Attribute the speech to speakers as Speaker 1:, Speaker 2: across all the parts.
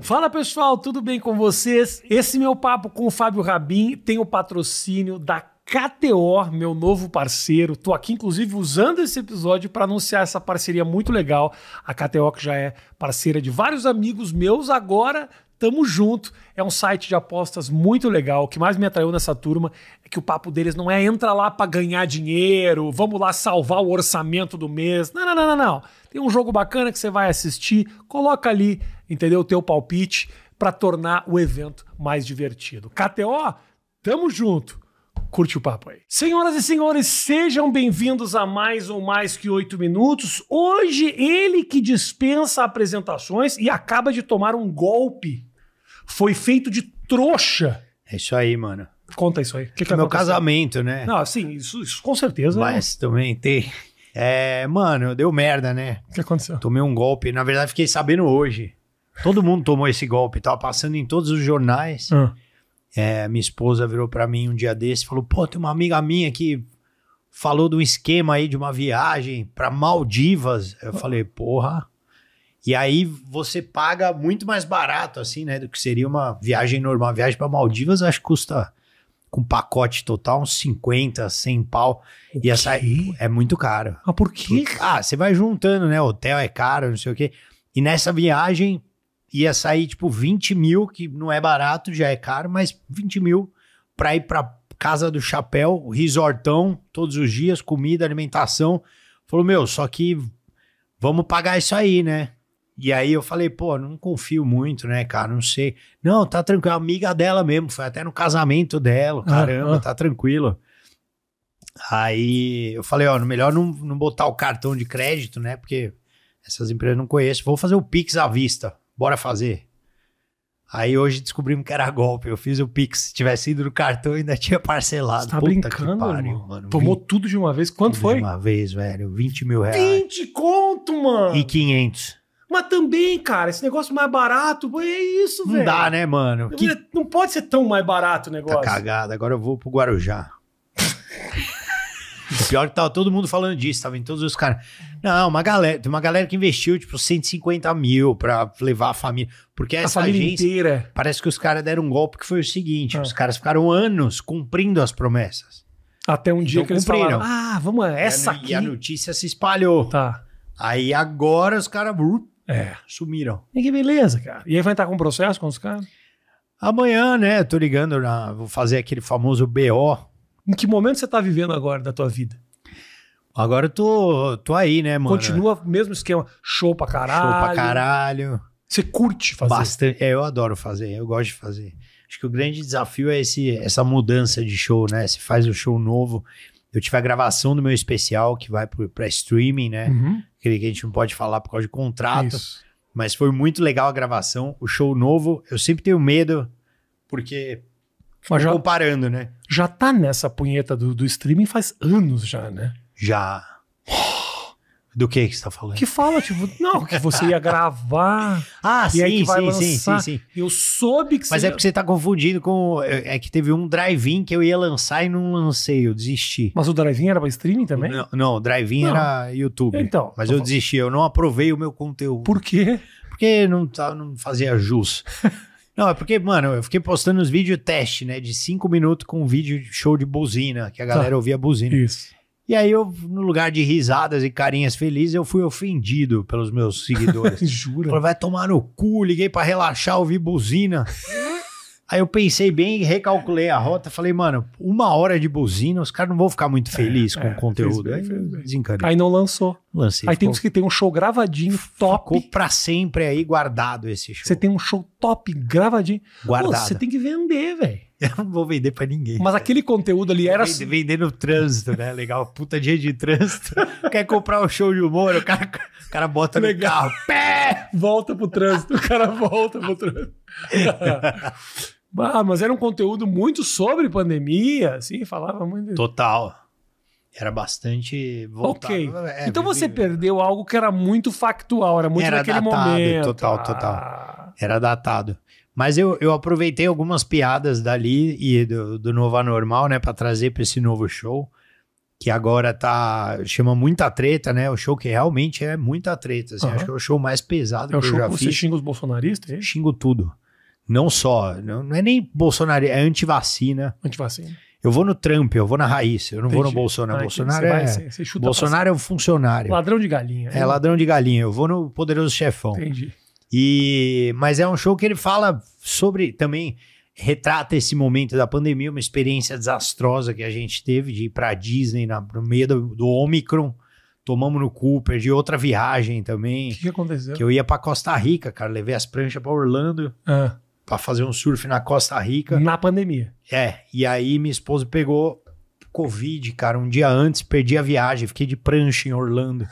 Speaker 1: Fala pessoal, tudo bem com vocês? Esse meu papo com o Fábio Rabin tem o patrocínio da KTO, meu novo parceiro. Tô aqui, inclusive, usando esse episódio para anunciar essa parceria muito legal. A KTO, que já é parceira de vários amigos meus, agora tamo junto. É um site de apostas muito legal. O que mais me atraiu nessa turma é que o papo deles não é entra lá para ganhar dinheiro, vamos lá salvar o orçamento do mês. Não, não, não, não, não. Tem um jogo bacana que você vai assistir, coloca ali, entendeu? O teu palpite para tornar o evento mais divertido. KTO, tamo junto. Curte o papo aí. Senhoras e senhores, sejam bem-vindos a mais ou mais que oito minutos. Hoje, ele que dispensa apresentações e acaba de tomar um golpe foi feito de trouxa.
Speaker 2: É isso aí, mano.
Speaker 1: Conta isso aí. O
Speaker 2: Que é meu
Speaker 1: aconteceu?
Speaker 2: casamento, né?
Speaker 1: Não, é. assim, isso, isso com certeza.
Speaker 2: Mas também tem. É, mano, deu merda, né?
Speaker 1: O que aconteceu?
Speaker 2: Tomei um golpe. Na verdade, fiquei sabendo hoje. Todo mundo tomou esse golpe. Tava passando em todos os jornais.
Speaker 1: Ah.
Speaker 2: É, minha esposa virou pra mim um dia desse e falou: pô, tem uma amiga minha que falou de um esquema aí de uma viagem pra Maldivas. Eu falei: porra. E aí você paga muito mais barato, assim, né? Do que seria uma viagem normal. Uma viagem pra Maldivas, acho que custa com pacote total uns 50, 100 pau. E essa
Speaker 1: quê?
Speaker 2: é muito caro.
Speaker 1: Ah, por quê?
Speaker 2: Ah, você vai juntando, né? Hotel é caro, não sei o quê. E nessa viagem ia sair, tipo, 20 mil, que não é barato, já é caro, mas 20 mil pra ir pra Casa do Chapéu, resortão, todos os dias, comida, alimentação. Falou, meu, só que vamos pagar isso aí, né? E aí eu falei, pô, não confio muito, né, cara? Não sei. Não, tá tranquilo, amiga dela mesmo, foi até no casamento dela,
Speaker 1: Ah,
Speaker 2: caramba,
Speaker 1: ah.
Speaker 2: tá tranquilo. Aí eu falei, ó, melhor não, não botar o cartão de crédito, né? Porque essas empresas eu não conheço. Vou fazer o Pix à vista. Bora fazer. Aí hoje descobrimos que era golpe. Eu fiz o Pix. Se tivesse ido no cartão, ainda tinha parcelado.
Speaker 1: Você tá
Speaker 2: Puta
Speaker 1: brincando, irmão.
Speaker 2: mano.
Speaker 1: Tomou
Speaker 2: 20
Speaker 1: tudo de uma vez. Quanto
Speaker 2: de
Speaker 1: foi?
Speaker 2: Uma vez, velho. 20 mil reais.
Speaker 1: 20 conto, mano!
Speaker 2: E 500.
Speaker 1: Mas também, cara, esse negócio mais barato, pô, é isso,
Speaker 2: Não
Speaker 1: velho.
Speaker 2: dá, né, mano? Que
Speaker 1: Não pode ser tão mais barato o
Speaker 2: Tá
Speaker 1: negócio.
Speaker 2: cagada, agora eu vou pro Guarujá. O Pior que tava todo mundo falando disso, tava em todos os caras. Não, uma galera, tem uma galera que investiu, tipo, 150 mil pra levar a família. Porque
Speaker 1: a
Speaker 2: essa
Speaker 1: família
Speaker 2: agência,
Speaker 1: inteira.
Speaker 2: parece que os caras deram um golpe que foi o seguinte:
Speaker 1: Ah.
Speaker 2: os caras ficaram anos cumprindo as promessas.
Speaker 1: Até um dia
Speaker 2: Não
Speaker 1: que eles
Speaker 2: cumpriram.
Speaker 1: falaram, ah, vamos, essa
Speaker 2: e a, no-
Speaker 1: aqui.
Speaker 2: E a notícia se espalhou.
Speaker 1: Tá.
Speaker 2: Aí agora os caras uh,
Speaker 1: É.
Speaker 2: sumiram.
Speaker 1: E que beleza, cara. E aí vai entrar com um processo com os caras?
Speaker 2: Amanhã, né, tô ligando, na- vou fazer aquele famoso BO,
Speaker 1: Em que momento você tá vivendo agora da tua vida?
Speaker 2: Agora eu tô, tô aí, né, mano?
Speaker 1: Continua o mesmo esquema. Show pra caralho.
Speaker 2: Show pra caralho.
Speaker 1: Você curte fazer.
Speaker 2: Bastante. É, eu adoro fazer, eu gosto de fazer. Acho que o grande desafio é esse, essa mudança de show, né? Você faz um show novo. Eu tive a gravação do meu especial que vai pro- pra streaming, né?
Speaker 1: Uhum.
Speaker 2: Aquele que a gente não pode falar por causa de contrato.
Speaker 1: Isso.
Speaker 2: Mas foi muito legal a gravação. O show novo, eu sempre tenho medo, porque.
Speaker 1: Mas já,
Speaker 2: Comparando, né?
Speaker 1: já tá nessa punheta do, do streaming faz anos já, né?
Speaker 2: Já. Do que, que você tá falando?
Speaker 1: Que fala, tipo, não, que você ia gravar.
Speaker 2: Ah,
Speaker 1: E aí que
Speaker 2: sim,
Speaker 1: vai
Speaker 2: sim, sim, sim,
Speaker 1: lançar.
Speaker 2: sim.
Speaker 1: Eu soube que
Speaker 2: Mas
Speaker 1: você
Speaker 2: é porque você tá confundindo com. É é que teve um drive-in que eu ia lançar e não lancei, eu desisti.
Speaker 1: Mas o drive-in era pra streaming também?
Speaker 2: Não, não o drive-in
Speaker 1: Não.
Speaker 2: era YouTube.
Speaker 1: Então.
Speaker 2: Mas
Speaker 1: tô
Speaker 2: eu
Speaker 1: falando.
Speaker 2: desisti, eu não aprovei o meu conteúdo.
Speaker 1: Por quê?
Speaker 2: Porque não, tá, não fazia jus. não, é porque, mano, eu fiquei postando os vídeos teste, né? De cinco minutos com um vídeo de show de buzina,
Speaker 1: Tá.
Speaker 2: que a galera ouvia buzina.
Speaker 1: Isso.
Speaker 2: E aí eu, no lugar de risadas e carinhas felizes, eu fui ofendido pelos meus seguidores.
Speaker 1: Jura?
Speaker 2: Falou, vai tomar no cu, liguei pra relaxar, ouvi buzina. Aí eu pensei bem, recalculei a rota, falei, mano, uma hora de buzina, os caras não vão ficar muito felizes com
Speaker 1: é,
Speaker 2: o conteúdo.
Speaker 1: fez bem,
Speaker 2: aí
Speaker 1: fez bem.
Speaker 2: desencanei.
Speaker 1: Aí não lançou.
Speaker 2: Lancei.
Speaker 1: aí tem
Speaker 2: ficou,
Speaker 1: uns que tem um show gravadinho top.
Speaker 2: ficou pra sempre aí guardado esse show.
Speaker 1: Você tem um show top gravadinho. Pô,
Speaker 2: guardado.
Speaker 1: você tem que vender, velho.
Speaker 2: Eu não vou vender pra ninguém.
Speaker 1: Mas aquele conteúdo ali era. assim.
Speaker 2: Vender, vender no trânsito, né? Legal. Puta dia de trânsito. Quer comprar um show de humor, o cara, o cara bota
Speaker 1: Legal.
Speaker 2: no carro. Pé!
Speaker 1: Volta pro trânsito, o cara volta pro trânsito. ah, mas era um conteúdo muito sobre pandemia, assim, falava muito.
Speaker 2: Total. Era bastante voltado.
Speaker 1: Ok.
Speaker 2: É,
Speaker 1: então você
Speaker 2: vive-
Speaker 1: perdeu algo que era muito factual, era muito
Speaker 2: Era
Speaker 1: naquele
Speaker 2: datado,
Speaker 1: momento.
Speaker 2: total, total.
Speaker 1: Ah,
Speaker 2: Era datado. Mas eu, eu aproveitei algumas piadas dali e do, do Novo Anormal, né, Pra trazer pra esse novo show. que agora tá. chama muita treta, né? O show que realmente é muita treta. assim,
Speaker 1: Aham.
Speaker 2: Acho que é o show mais pesado
Speaker 1: É o
Speaker 2: que eu
Speaker 1: show
Speaker 2: já
Speaker 1: que você
Speaker 2: fiz.
Speaker 1: xinga os bolsonaristas? É? isso?
Speaker 2: Xingo tudo. Não só. Não, não é nem Bolsonaro, é antivacina.
Speaker 1: Antivacina.
Speaker 2: Eu vou no Trump, eu vou na raiz, eu não vou no
Speaker 1: Entendi.
Speaker 2: Bolsonaro.
Speaker 1: Ah,
Speaker 2: Bolsonaro
Speaker 1: você vai,
Speaker 2: é.
Speaker 1: você- você chuta né?
Speaker 2: Bolsonaro é um
Speaker 1: pra-
Speaker 2: funcionário.
Speaker 1: Ladrão de galinha.
Speaker 2: É ladrão de galinha. Eu vou no poderoso chefão.
Speaker 1: Entendi.
Speaker 2: E mas é um show que ele fala sobre também retrata esse momento da pandemia, uma experiência desastrosa que a gente teve de ir para Disney na, no meio do, do Omicron, tomamos no Cooper, de outra viagem
Speaker 1: O
Speaker 2: também.
Speaker 1: que, que aconteceu?
Speaker 2: Que eu ia para Costa Rica, cara, levei as pranchas para Orlando
Speaker 1: Ah,
Speaker 2: para fazer um surf na Costa Rica.
Speaker 1: na pandemia.
Speaker 2: É, e aí minha esposa pegou Covid, cara, um dia antes, perdi a viagem, fiquei de prancha em Orlando.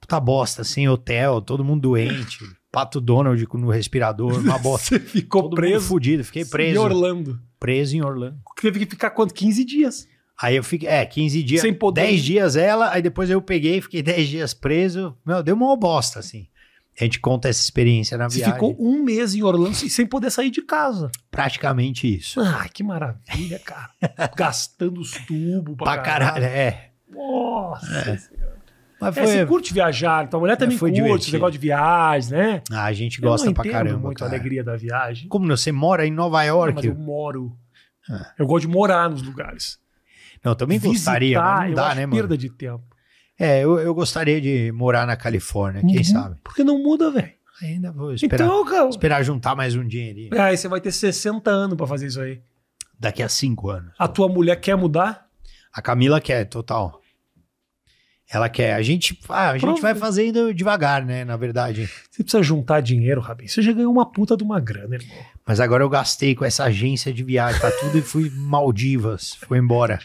Speaker 2: Puta bosta, sem hotel, todo mundo doente, Pato Donald com- no respirador, uma bosta.
Speaker 1: Você ficou
Speaker 2: todo mundo
Speaker 1: preso
Speaker 2: fudido, fiquei preso.
Speaker 1: em Orlando.
Speaker 2: Preso em Orlando.
Speaker 1: Teve que ficar quanto? 15 dias.
Speaker 2: Aí eu fiquei, é, 15 dias,
Speaker 1: Sem poder-
Speaker 2: 10 dias ela, aí depois eu peguei, fiquei 10 dias preso. Meu, deu uma bosta, assim. A gente conta essa experiência na
Speaker 1: Você
Speaker 2: viagem.
Speaker 1: ficou um mês em Orlando sem sem poder sair de casa.
Speaker 2: Praticamente isso.
Speaker 1: Ah, que maravilha, cara. Gastando os tubos pra,
Speaker 2: Pra caralho, é.
Speaker 1: Nossa.
Speaker 2: Mas
Speaker 1: É,
Speaker 2: foi, É,
Speaker 1: você curte viajar, então a mulher também
Speaker 2: foi
Speaker 1: curte esse
Speaker 2: divertido.
Speaker 1: negócio de viagem, né?
Speaker 2: Ah, a gente
Speaker 1: Eu não
Speaker 2: gosta pra
Speaker 1: entendo
Speaker 2: caramba,
Speaker 1: muito
Speaker 2: cara.
Speaker 1: a alegria da viagem.
Speaker 2: Como não? Você mora em Nova
Speaker 1: Não,
Speaker 2: York?
Speaker 1: mas eu moro.
Speaker 2: Ah.
Speaker 1: Eu gosto de morar nos lugares.
Speaker 2: Não, eu também gostaria,
Speaker 1: Visitar,
Speaker 2: mas não
Speaker 1: eu
Speaker 2: dá,
Speaker 1: acho
Speaker 2: né, mano?
Speaker 1: perda de tempo.
Speaker 2: É, eu, eu gostaria de morar na Califórnia, quem
Speaker 1: Uhum.
Speaker 2: sabe?
Speaker 1: Porque não muda, velho.
Speaker 2: Ainda vou esperar,
Speaker 1: Então, cara. é,
Speaker 2: esperar juntar mais um dinheirinho.
Speaker 1: Aí você vai ter 60 anos pra fazer isso aí.
Speaker 2: Daqui a cinco anos.
Speaker 1: A tua mulher quer mudar?
Speaker 2: A Camila quer, total. Ela quer. A gente, ah, a gente
Speaker 1: Prova-
Speaker 2: vai fazendo devagar, né, na verdade.
Speaker 1: Você precisa juntar dinheiro, Rabin. Você já ganhou uma puta de uma grana, irmão.
Speaker 2: Mas agora eu gastei com essa agência de viagem, tá tudo e fui Maldivas, fui embora.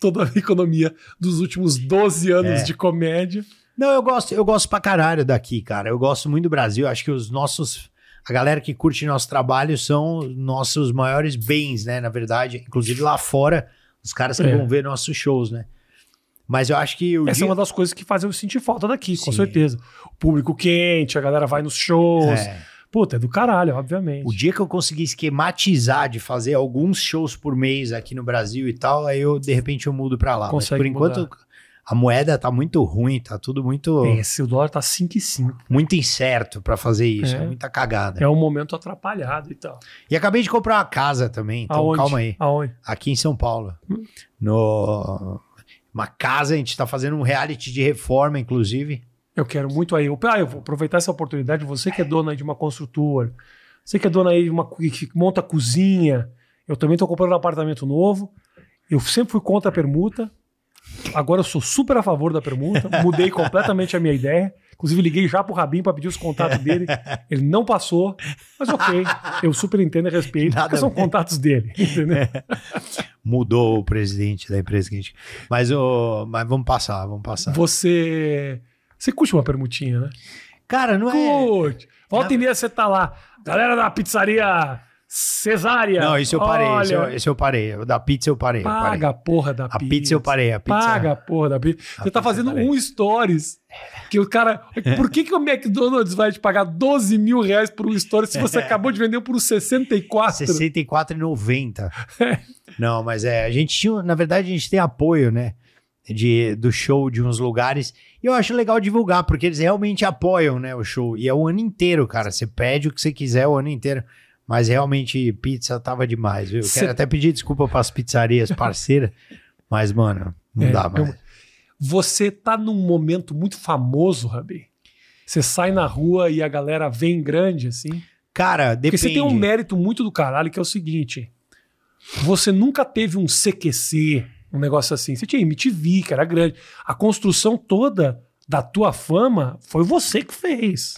Speaker 1: Toda a economia dos últimos 12 anos
Speaker 2: É.
Speaker 1: de comédia.
Speaker 2: Não, eu gosto, eu gosto pra caralho daqui, cara. Eu gosto muito do Brasil. Acho que os nossos. A galera que curte nosso trabalho são os nossos maiores bens, né? Na verdade, inclusive lá fora, os caras que
Speaker 1: É.
Speaker 2: vão ver nossos shows, né? Mas eu acho que o
Speaker 1: Essa é
Speaker 2: Um dia.
Speaker 1: uma das coisas que faz eu sentir falta daqui, com
Speaker 2: Sim.
Speaker 1: certeza. O público quente, a galera vai nos shows.
Speaker 2: É,
Speaker 1: Puta, é do caralho, obviamente.
Speaker 2: o dia que eu conseguir esquematizar de fazer alguns shows por mês aqui no Brasil e tal, aí eu, de repente, eu mudo pra lá.
Speaker 1: Consegue
Speaker 2: Mas por enquanto, a moeda tá muito ruim, tá tudo muito,
Speaker 1: Esse, o dólar tá 5,5.
Speaker 2: muito incerto pra fazer isso.
Speaker 1: É.
Speaker 2: É, muita cagada.
Speaker 1: É um momento atrapalhado e tal.
Speaker 2: E acabei de comprar uma casa também, então
Speaker 1: Aonde?
Speaker 2: calma aí.
Speaker 1: Aonde?
Speaker 2: aqui em São Paulo. No uma casa, a gente tá fazendo um reality de reforma, inclusive.
Speaker 1: Eu quero muito aí. Eu- Ah, eu vou aproveitar essa oportunidade. Você que é dona aí de uma construtora, você que é dona aí de uma co- que monta cozinha. Eu também tô comprando um apartamento novo. Eu sempre fui contra a permuta. Agora eu sou super a favor da permuta. Mudei completamente a minha ideia. Inclusive, liguei já pro Rabin para pedir os contatos dele. Ele não passou, mas ok. Eu super entendo e respeito,
Speaker 2: Nada
Speaker 1: porque são
Speaker 2: a ver. É.
Speaker 1: contatos dele. Entendeu?
Speaker 2: Mudou o presidente da empresa que a gente. Mas, o mas vamos passar, vamos passar.
Speaker 1: Você. Você curte uma permutinha, né?
Speaker 2: Cara, não é.
Speaker 1: Curte. Volta e meia você tá lá. Galera da pizzaria Cesária.
Speaker 2: Não, isso eu parei,
Speaker 1: Olha,
Speaker 2: isso eu, isso eu parei. O Da pizza eu parei. eu parei.
Speaker 1: paga a porra da
Speaker 2: A
Speaker 1: pizza.
Speaker 2: pizza eu parei, a pizza. é
Speaker 1: Paga a porra da pizza.
Speaker 2: A
Speaker 1: você tá
Speaker 2: pizza
Speaker 1: fazendo
Speaker 2: eu parei.
Speaker 1: um stories que o cara... Por que, que o McDonald's vai te pagar 12 mil reais por um stories se você acabou de vender por um 64?
Speaker 2: 64,90. Não, mas é, a gente tinha, na verdade, a gente tem apoio, né? De, do show de uns lugares. E eu acho legal divulgar, porque eles realmente apoiam, né? O show. E é o ano inteiro, cara. Você pede o que você quiser o ano inteiro. Mas realmente, pizza tava demais, viu? Eu
Speaker 1: Cê-
Speaker 2: Quero até pedir desculpa pras pizzarias parceiras. mas, mano, não
Speaker 1: É,
Speaker 2: dá mais.
Speaker 1: eu- Você tá num momento muito famoso, Rabi. Você sai na rua e a galera vem grande, assim.
Speaker 2: Cara,
Speaker 1: Porque
Speaker 2: depende.
Speaker 1: você tem um mérito muito do caralho, que é o seguinte: você nunca teve um CQC, um negócio assim. Você tinha MTV, que era grande. A construção toda da tua fama foi você que fez.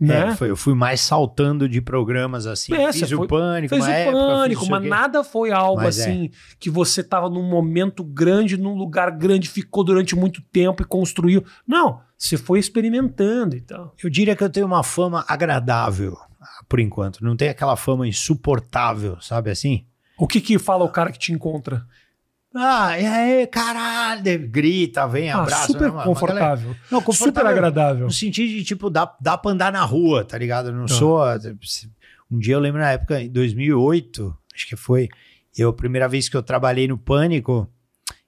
Speaker 2: É,
Speaker 1: Né?
Speaker 2: foi- eu fui mais saltando de programas assim.
Speaker 1: É,
Speaker 2: fiz
Speaker 1: você foi-
Speaker 2: o pânico,
Speaker 1: fez o
Speaker 2: uma época, fiz
Speaker 1: pânico,
Speaker 2: não sei o
Speaker 1: mas
Speaker 2: quê.
Speaker 1: nada foi algo
Speaker 2: Mas é.
Speaker 1: assim que você tava num momento grande, num lugar grande, ficou durante muito tempo e construiu. Não, você foi experimentando então. e tal.
Speaker 2: Eu diria que eu tenho uma fama agradável, ah, por enquanto. Não tem aquela fama insuportável, sabe assim?
Speaker 1: O que que fala o cara que te encontra?
Speaker 2: Ah, e aí, caralho, grita, vem,
Speaker 1: ah,
Speaker 2: abraça.
Speaker 1: super
Speaker 2: né, uma- uma galera-
Speaker 1: confortável,
Speaker 2: Não,
Speaker 1: super
Speaker 2: confortável é
Speaker 1: agradável.
Speaker 2: No sentido de, tipo, dá, dá pra andar na rua, tá ligado? Eu não sou... Um dia eu lembro na época, em 2008, acho que foi, eu, a primeira vez que eu trabalhei no Pânico,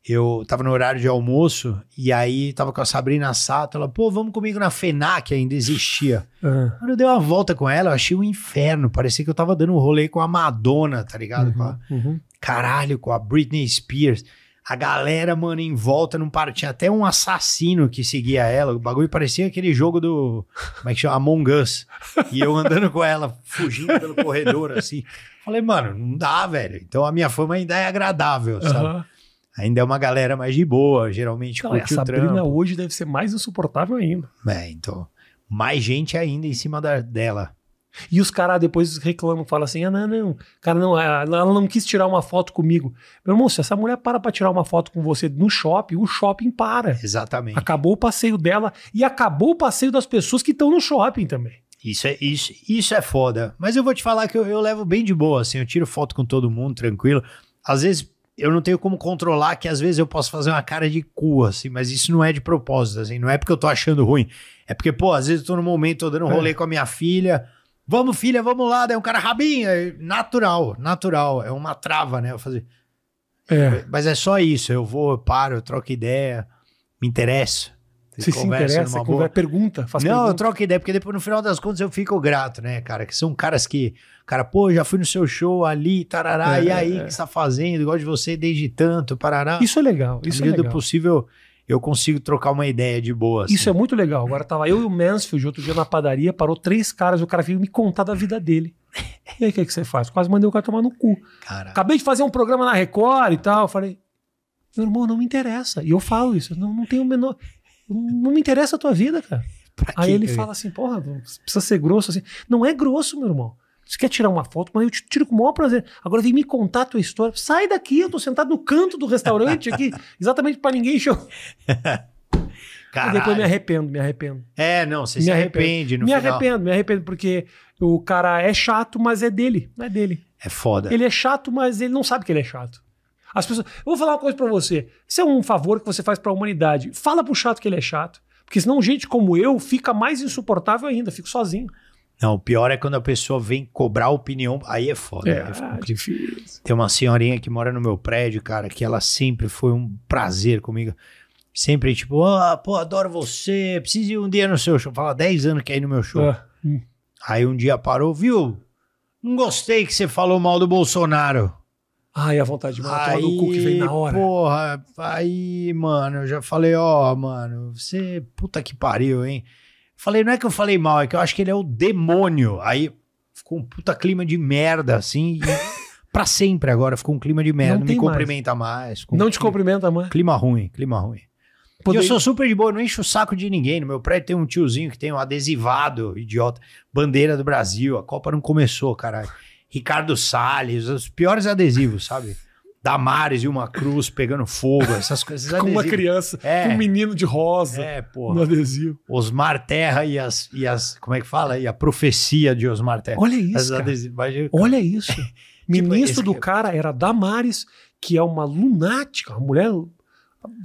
Speaker 2: Eu tava no horário de almoço e aí tava com a Sabrina Sato. Ela, pô, vamos comigo na FENAC, ainda existia.
Speaker 1: Ah,
Speaker 2: Quando eu dei uma volta com ela, eu achei um inferno. Parecia que eu tava dando um rolê com a Madonna, tá ligado? Com a-
Speaker 1: uhum.
Speaker 2: caralho, com a Britney Spears. A galera, mano, em volta não para. Tinha até um assassino que seguia ela. O bagulho parecia aquele jogo do. Como é que chama? Among Us. E eu andando com ela, fugindo pelo corredor, assim. Falei, mano, não dá, velho. Então a minha fama ainda é agradável, sabe? Então,
Speaker 1: Aham. Então,
Speaker 2: Ainda é uma galera mais de boa, geralmente
Speaker 1: Não, e a
Speaker 2: curte o
Speaker 1: Sabrina
Speaker 2: trampo.
Speaker 1: hoje deve ser mais insuportável ainda.
Speaker 2: É, então. Mais gente ainda em cima da- dela.
Speaker 1: E os caras depois reclamam, falam assim: ah, não, não, cara, não, ela ela não quis tirar uma foto comigo. Meu irmão, se essa mulher para pra tirar uma foto com você no shopping, o shopping para.
Speaker 2: Exatamente.
Speaker 1: Acabou o passeio dela e acabou o passeio das pessoas que estão no shopping também.
Speaker 2: Isso é, isso, isso é foda. Mas eu vou te falar que eu, eu levo bem de boa, assim. Eu tiro foto com todo mundo, tranquilo. Às vezes eu não tenho como controlar, que às vezes eu posso fazer uma cara de cu, assim. Mas isso não é de propósito, assim. Não é porque eu tô achando ruim. É porque, pô, às vezes eu tô num momento, tô
Speaker 1: É.
Speaker 2: dando um rolê com a minha filha. Vamos, filha, vamos lá. Daí um cara rabinho. é Natural, natural. É uma trava, né? Eu fazer.
Speaker 1: É.
Speaker 2: Mas é só isso. Eu vou, eu paro, eu troco ideia. Me interesso.
Speaker 1: Se se
Speaker 2: Converso
Speaker 1: interessa,
Speaker 2: numa
Speaker 1: conversa, pergunta, faz
Speaker 2: não, eu
Speaker 1: pergunta.
Speaker 2: troco ideia, porque depois no final das contas eu fico grato, né, cara? Que são caras que, cara, pô, já fui no seu show ali, tarará,
Speaker 1: É,
Speaker 2: e aí,
Speaker 1: é,
Speaker 2: o
Speaker 1: é.
Speaker 2: que você tá fazendo? Gosto de você desde tanto, parará.
Speaker 1: Isso é legal, isso
Speaker 2: Na
Speaker 1: é
Speaker 2: medida
Speaker 1: legal.
Speaker 2: do possível, eu consigo trocar uma ideia de boa. assim.
Speaker 1: Isso é muito legal. Agora tava eu e o Mansfield outro dia na padaria, parou três caras e o cara veio me contar da vida dele. E aí, o que, é que você faz? Quase mandei o cara tomar no cu.
Speaker 2: é... Cara,
Speaker 1: Acabei de fazer um programa na Record e tal. Eu falei, meu irmão, não me interessa. E eu falo isso, eu não, não tenho o menor. Não me interessa a tua vida, cara.
Speaker 2: pra
Speaker 1: Aí
Speaker 2: que
Speaker 1: ele
Speaker 2: que eu-
Speaker 1: fala assim, porra, não precisa ser grosso assim. Não é grosso, meu irmão. Você quer tirar uma foto, mas eu te tiro com o maior prazer. Agora vem me contar a tua história. Sai daqui, eu tô sentado no canto do restaurante aqui, exatamente pra ninguém show. E
Speaker 2: Caralho.
Speaker 1: depois me arrependo, me arrependo.
Speaker 2: É, não, você
Speaker 1: Me
Speaker 2: se
Speaker 1: arrependo.
Speaker 2: arrepende no
Speaker 1: me
Speaker 2: final.
Speaker 1: arrependo, me arrependo, porque o cara é chato, mas é dele, não é dele.
Speaker 2: É foda.
Speaker 1: Ele é chato, mas ele não sabe que ele é chato. As pessoas. Eu vou falar uma coisa pra você. Isso é um favor que você faz pra humanidade. Fala pro chato que ele é chato. Porque senão gente como eu fica mais insuportável ainda, fico sozinho.
Speaker 2: Não, o pior é quando a pessoa vem cobrar opinião, aí é foda. né? Fica complicado.
Speaker 1: difícil.
Speaker 2: Tem uma senhorinha que mora no meu prédio, cara, que ela sempre foi um prazer comigo. Sempre, tipo, ah, pô, adoro você, preciso ir um dia no seu show. Fala 10 anos que é ir no meu show.
Speaker 1: Ah, hum.
Speaker 2: Aí um dia parou, viu? Não gostei que você falou mal do Bolsonaro.
Speaker 1: Ai, a vontade de matar
Speaker 2: aí,
Speaker 1: no cu que vem na hora.
Speaker 2: Porra, aí, mano, eu já falei, ó, mano, você, puta que pariu, hein? Falei, não é que eu falei mal, é que eu acho que ele é o demônio. Aí ficou um puta clima de merda, assim, e pra sempre agora ficou um clima de merda.
Speaker 1: Não
Speaker 2: Não,
Speaker 1: tem
Speaker 2: me
Speaker 1: mais.
Speaker 2: cumprimenta mais. ficou um
Speaker 1: não te
Speaker 2: clima-
Speaker 1: cumprimenta, mãe.
Speaker 2: Clima ruim, clima ruim. E
Speaker 1: Poder-
Speaker 2: eu sou super de boa, eu não encho o saco de ninguém. No meu prédio tem um tiozinho que tem um adesivado, idiota, bandeira do Brasil, a Copa não começou, caralho. Ricardo Salles, os piores adesivos, sabe? Damares e uma cruz pegando fogo, essas coisas. esses
Speaker 1: com uma
Speaker 2: adesivos.
Speaker 1: criança,
Speaker 2: É.
Speaker 1: com um menino de rosa,
Speaker 2: É,
Speaker 1: no
Speaker 2: porra.
Speaker 1: adesivo.
Speaker 2: Osmar Terra e as, e as. Como é que fala? E a profecia de Osmar Terra.
Speaker 1: Olha isso.
Speaker 2: Esses
Speaker 1: cara.
Speaker 2: adesivos, imagina,
Speaker 1: Olha isso. Ministro
Speaker 2: Tipo, esse é
Speaker 1: do
Speaker 2: que-
Speaker 1: cara era Damares, que é uma lunática, uma mulher.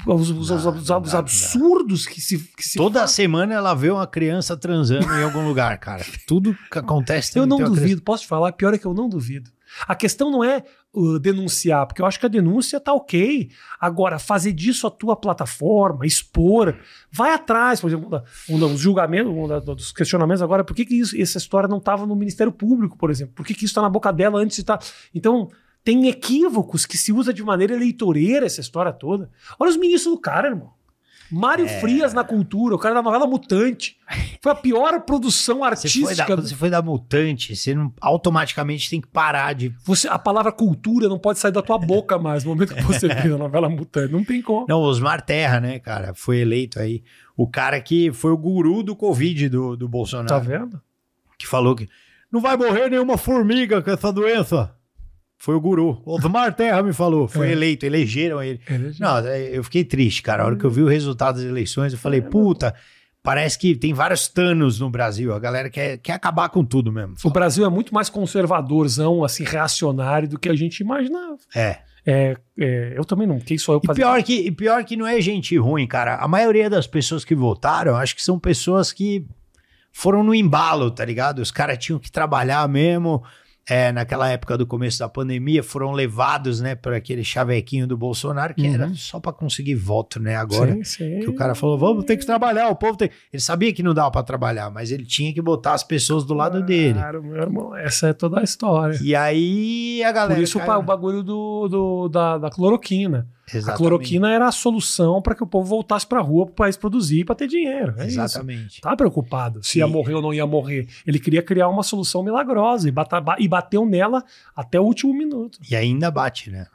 Speaker 1: Os, os- os-
Speaker 2: Não,
Speaker 1: os-
Speaker 2: não
Speaker 1: os
Speaker 2: dá, não
Speaker 1: absurdos que se. Que se
Speaker 2: Toda
Speaker 1: faz.
Speaker 2: semana ela vê uma criança transando em algum lugar, cara. Tudo que acontece
Speaker 1: Eu
Speaker 2: também
Speaker 1: não
Speaker 2: né? tem uma criança-
Speaker 1: duvido, posso te falar? Pior é que eu não duvido. A questão não é uh, denunciar, porque eu acho que a denúncia tá ok. Agora, fazer disso a tua plataforma, expor, vai atrás, por exemplo, da- um da- os julgamentos, um da- dos questionamentos agora, por que, que isso- essa história não estava no Ministério Público, por exemplo? Por que, que isso está na boca dela antes de estar. Então, tem equívocos que se usa de maneira eleitoreira essa história toda. Olha os ministros do cara, irmão. Mário
Speaker 2: É.
Speaker 1: Frias na cultura, o cara da novela Mutante. Foi a pior produção
Speaker 2: Você foi,
Speaker 1: artística.
Speaker 2: da, você foi da mutante, você não, automaticamente tem que parar de.
Speaker 1: Você, a palavra cultura não pode sair da tua boca mais no momento que você vê a novela mutante. Não tem como.
Speaker 2: Não, Osmar Terra, né, cara? Foi eleito aí. O cara que foi o guru do Covid do, do Bolsonaro.
Speaker 1: Tá vendo?
Speaker 2: Que falou que não vai morrer nenhuma formiga com essa doença. Foi o guru. Osmar Terra me falou. Foi
Speaker 1: É.
Speaker 2: eleito, elegeram ele.
Speaker 1: Ele-
Speaker 2: Não, é, eu fiquei triste, cara. A hora que eu vi o resultado das eleições, eu
Speaker 1: É,
Speaker 2: falei, puta, parece que tem vários Thanos no Brasil. A galera quer, quer acabar com tudo mesmo.
Speaker 1: O Brasil é muito mais conservadorzão, assim, reacionário do que a gente imaginava.
Speaker 2: É.
Speaker 1: É, é, eu também não. Quem sou eu
Speaker 2: E
Speaker 1: pra dizer-
Speaker 2: pior, que, e pior que não é gente ruim, cara. A maioria das pessoas que votaram, acho que são pessoas que foram no embalo, tá ligado? Os caras tinham que trabalhar mesmo. é, naquela época do começo da pandemia, foram levados, né, para aquele chavequinho do Bolsonaro, que
Speaker 1: Uhum.
Speaker 2: era só para conseguir voto, né, agora.
Speaker 1: Sim, sim.
Speaker 2: Que o cara falou, vamos ter que trabalhar, o povo tem... Ele sabia que não dava para trabalhar, mas ele tinha que botar as pessoas do lado dele.
Speaker 1: Claro, meu irmão, essa é toda a história.
Speaker 2: E aí a galera...
Speaker 1: Por isso o
Speaker 2: caiu-
Speaker 1: pa- o bagulho do, do- da, da cloroquina. A
Speaker 2: Exatamente.
Speaker 1: cloroquina era a solução para que o povo voltasse para a rua, para o país produzir, para ter dinheiro. É isso.
Speaker 2: Exatamente.
Speaker 1: Tá preocupado se ia
Speaker 2: E-
Speaker 1: morrer ou não ia morrer. Ele queria criar uma solução milagrosa e, bata- ba- e bateu nela até o último minuto.
Speaker 2: E ainda bate, né?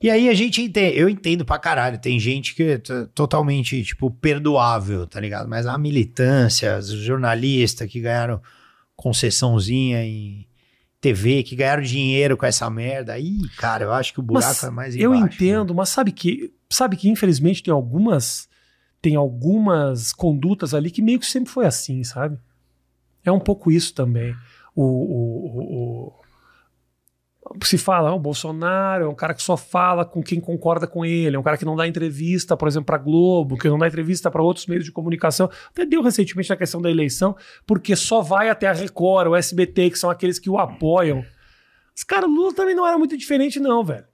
Speaker 2: E aí a gente entende, eu entendo pra caralho, tem gente que é t- totalmente, tipo, perdoável, tá ligado? Mas a militância, os jornalistas que ganharam concessãozinha em TV, que ganharam dinheiro com essa merda, aí, cara, eu acho que o buraco
Speaker 1: Mas
Speaker 2: é mais
Speaker 1: Eu
Speaker 2: embaixo,
Speaker 1: entendo, mas sabe que, sabe que infelizmente tem algumas tem algumas condutas ali que meio que sempre foi assim, sabe? É um pouco isso também. O, o- o- o- se fala, ah, o Bolsonaro é um cara que só fala com quem concorda com ele, é um cara que não dá entrevista, por exemplo, para Globo, que não dá entrevista para outros meios de comunicação. Até deu recentemente na questão da eleição, porque só vai até a Record, o SBT, que são aqueles que o apoiam. Mas, cara, o Lula também não era muito diferente, não, velho.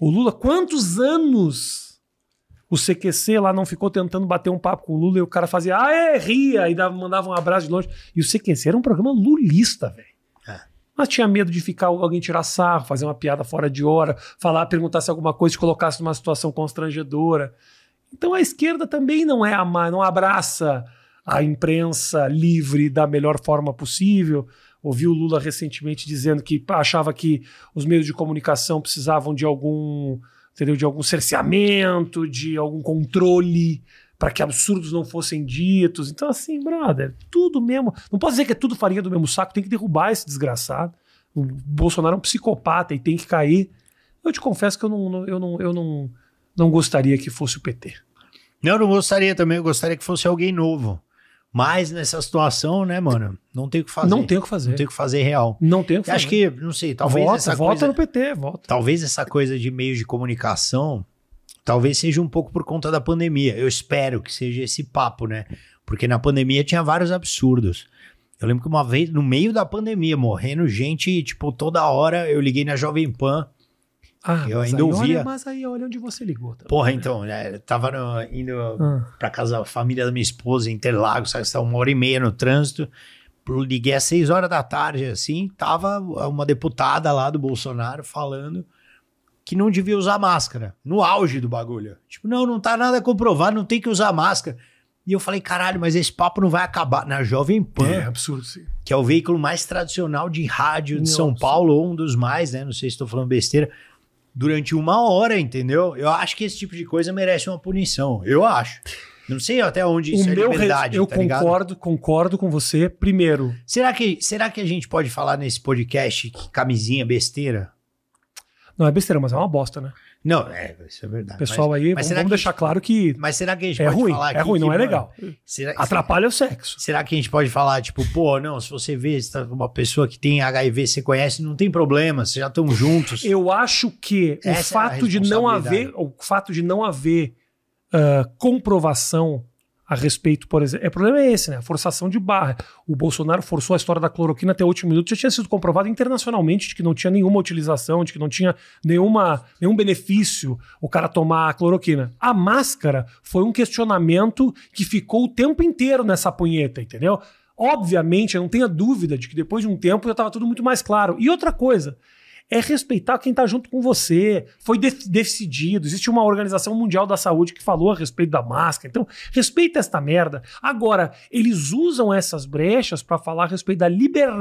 Speaker 1: O Lula, quantos anos o CQC lá não ficou tentando bater um papo com o Lula e o cara fazia, ah, é, ria, e dava, mandava um abraço de longe. E o CQC era um programa lulista, velho.
Speaker 2: É.
Speaker 1: Mas tinha medo de ficar alguém tirar sarro, fazer uma piada fora de hora, falar, perguntar se alguma coisa te colocasse numa situação constrangedora. Então a esquerda também não é ama- não abraça a imprensa livre da melhor forma possível. Ouvi o Lula recentemente dizendo que achava que os meios de comunicação precisavam de algum, entendeu, de algum cerceamento, de algum controle para que absurdos não fossem ditos. Então assim, brother, tudo mesmo. Não posso dizer que é tudo farinha do mesmo saco, tem que derrubar esse desgraçado. O Bolsonaro é um psicopata e tem que cair. Eu te confesso que eu não, não- eu não, eu não, não gostaria que fosse o PT.
Speaker 2: Não, eu não gostaria também, eu gostaria que fosse alguém novo. Mas nessa situação, né, mano, não tem o que fazer.
Speaker 1: Não tem o que fazer.
Speaker 2: Não tem o que fazer real.
Speaker 1: Não tem o que
Speaker 2: Eu
Speaker 1: fazer.
Speaker 2: acho que, não sei, talvez
Speaker 1: vota,
Speaker 2: essa
Speaker 1: vota
Speaker 2: coisa...
Speaker 1: no PT, vota.
Speaker 2: talvez essa coisa de meios de comunicação talvez seja um pouco por conta da pandemia. Eu espero que seja esse papo, né? Porque na pandemia tinha vários absurdos. Eu lembro que uma vez, no meio da pandemia, morrendo gente, tipo, toda hora eu liguei na Jovem Pan.
Speaker 1: Ah,
Speaker 2: Eu
Speaker 1: mas
Speaker 2: ainda
Speaker 1: aí,
Speaker 2: ouvia.
Speaker 1: Olha, mas aí olha onde você ligou. Tá?
Speaker 2: Porra, então, né, eu tava no- indo
Speaker 1: Ah,
Speaker 2: pra casa da família da minha esposa, em Interlagos, sabe? Estava uma hora e meia no trânsito. Eu Liguei às seis horas da tarde, assim, tava uma deputada lá do Bolsonaro falando que não devia usar máscara, no auge do bagulho. Tipo, não, não tá nada comprovado, não tem que usar máscara. E eu falei, caralho, mas esse papo não vai acabar. Na Jovem Pan,
Speaker 1: é absurdo, sim.
Speaker 2: que é o veículo mais tradicional de rádio de
Speaker 1: Nossa.
Speaker 2: São Paulo, ou um dos mais, né? Não sei se estou falando besteira. Durante uma hora, entendeu? Eu acho que esse tipo de coisa merece uma punição. Eu acho. Não sei até onde isso
Speaker 1: o
Speaker 2: é
Speaker 1: meu res-
Speaker 2: liberdade,
Speaker 1: eu
Speaker 2: tá ligado?
Speaker 1: concordo, concordo com você. Primeiro,
Speaker 2: Será que, será que a gente pode falar nesse podcast que camisinha é besteira?
Speaker 1: não é besteira, mas é uma bosta, né?
Speaker 2: Não, é, isso é verdade.
Speaker 1: Pessoal aí, vamos,
Speaker 2: mas será
Speaker 1: vamos
Speaker 2: que-
Speaker 1: deixar claro que
Speaker 2: mas, mas será que a gente
Speaker 1: é
Speaker 2: pode
Speaker 1: ruim,
Speaker 2: falar
Speaker 1: é
Speaker 2: aqui
Speaker 1: ruim,
Speaker 2: que,
Speaker 1: não é
Speaker 2: mano,
Speaker 1: legal.
Speaker 2: Será,
Speaker 1: Atrapalha o sexo.
Speaker 2: Será que a gente pode falar, tipo, pô, não, se você vê se tá com uma pessoa que tem HIV, você conhece, não tem problema, vocês já estão juntos.
Speaker 1: Eu acho que
Speaker 2: Essa é a
Speaker 1: o fato de não haver,
Speaker 2: responsabilidade.
Speaker 1: o fato de não haver ah, comprovação a respeito, por exemplo, é o problema é esse, né? A forçação de barra. O Bolsonaro forçou a história da cloroquina até o último minuto, já tinha sido comprovado internacionalmente de que não tinha nenhuma utilização, de que não tinha nenhuma, nenhum benefício o cara tomar a cloroquina. A máscara foi um questionamento que ficou o tempo inteiro nessa punheta, entendeu? Obviamente, eu não tenha dúvida de que depois de um tempo já estava tudo muito mais claro. E outra coisa, é respeitar quem está junto com você. Foi de- decidido. Existe uma Organização Mundial da Saúde que falou a respeito da máscara. Então, respeita esta merda. Agora, eles usam essas brechas para falar a respeito da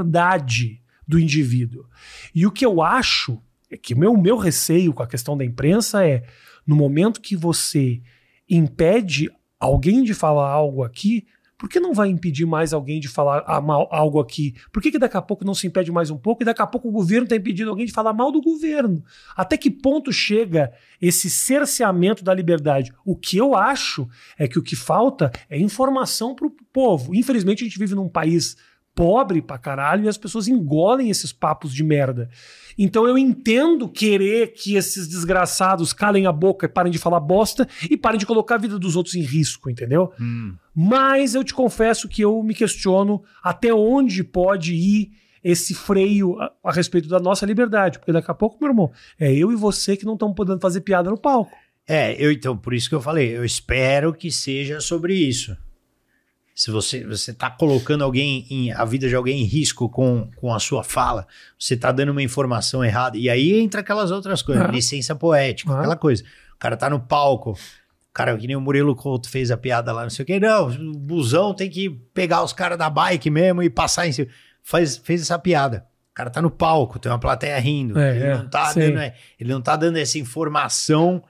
Speaker 1: liberdade do indivíduo. E o que eu acho é que o meu, meu receio com a questão da imprensa é no momento que você impede alguém de falar algo aqui, por que não vai impedir mais alguém de falar a- mal- algo aqui? Por que, que daqui a pouco não se impede mais um pouco e daqui a pouco o governo está impedindo alguém de falar mal do governo? Até que ponto chega esse cerceamento da liberdade? O que eu acho é que o que falta é informação para o povo. Infelizmente, a gente vive num país pobre pra caralho e as pessoas engolem esses papos de merda. Então eu entendo querer que esses desgraçados calem a boca e parem de falar bosta e parem de colocar a vida dos outros em risco, entendeu?
Speaker 2: Hum.
Speaker 1: Mas eu te confesso que eu me questiono até onde pode ir esse freio a, a respeito da nossa liberdade. Porque daqui a pouco, meu irmão, é eu e você que não estão podendo fazer piada no palco.
Speaker 2: É, eu então, por isso que eu falei, eu espero que seja sobre isso. Se você você está colocando alguém em, a vida de alguém em risco com, com a sua fala, você está dando uma informação errada. E aí entra aquelas outras coisas,
Speaker 1: Ah.
Speaker 2: licença poética,
Speaker 1: Ah.
Speaker 2: aquela coisa. O cara tá no palco, o cara que nem o Murilo Couto fez a piada lá, não sei o que. Não, o busão tem que pegar os caras da bike mesmo e passar em cima. Faz, fez essa piada. O cara tá no palco, tem uma plateia rindo.
Speaker 1: É,
Speaker 2: ele,
Speaker 1: é,
Speaker 2: não tá
Speaker 1: sim.
Speaker 2: dando, é, ele não tá dando essa informação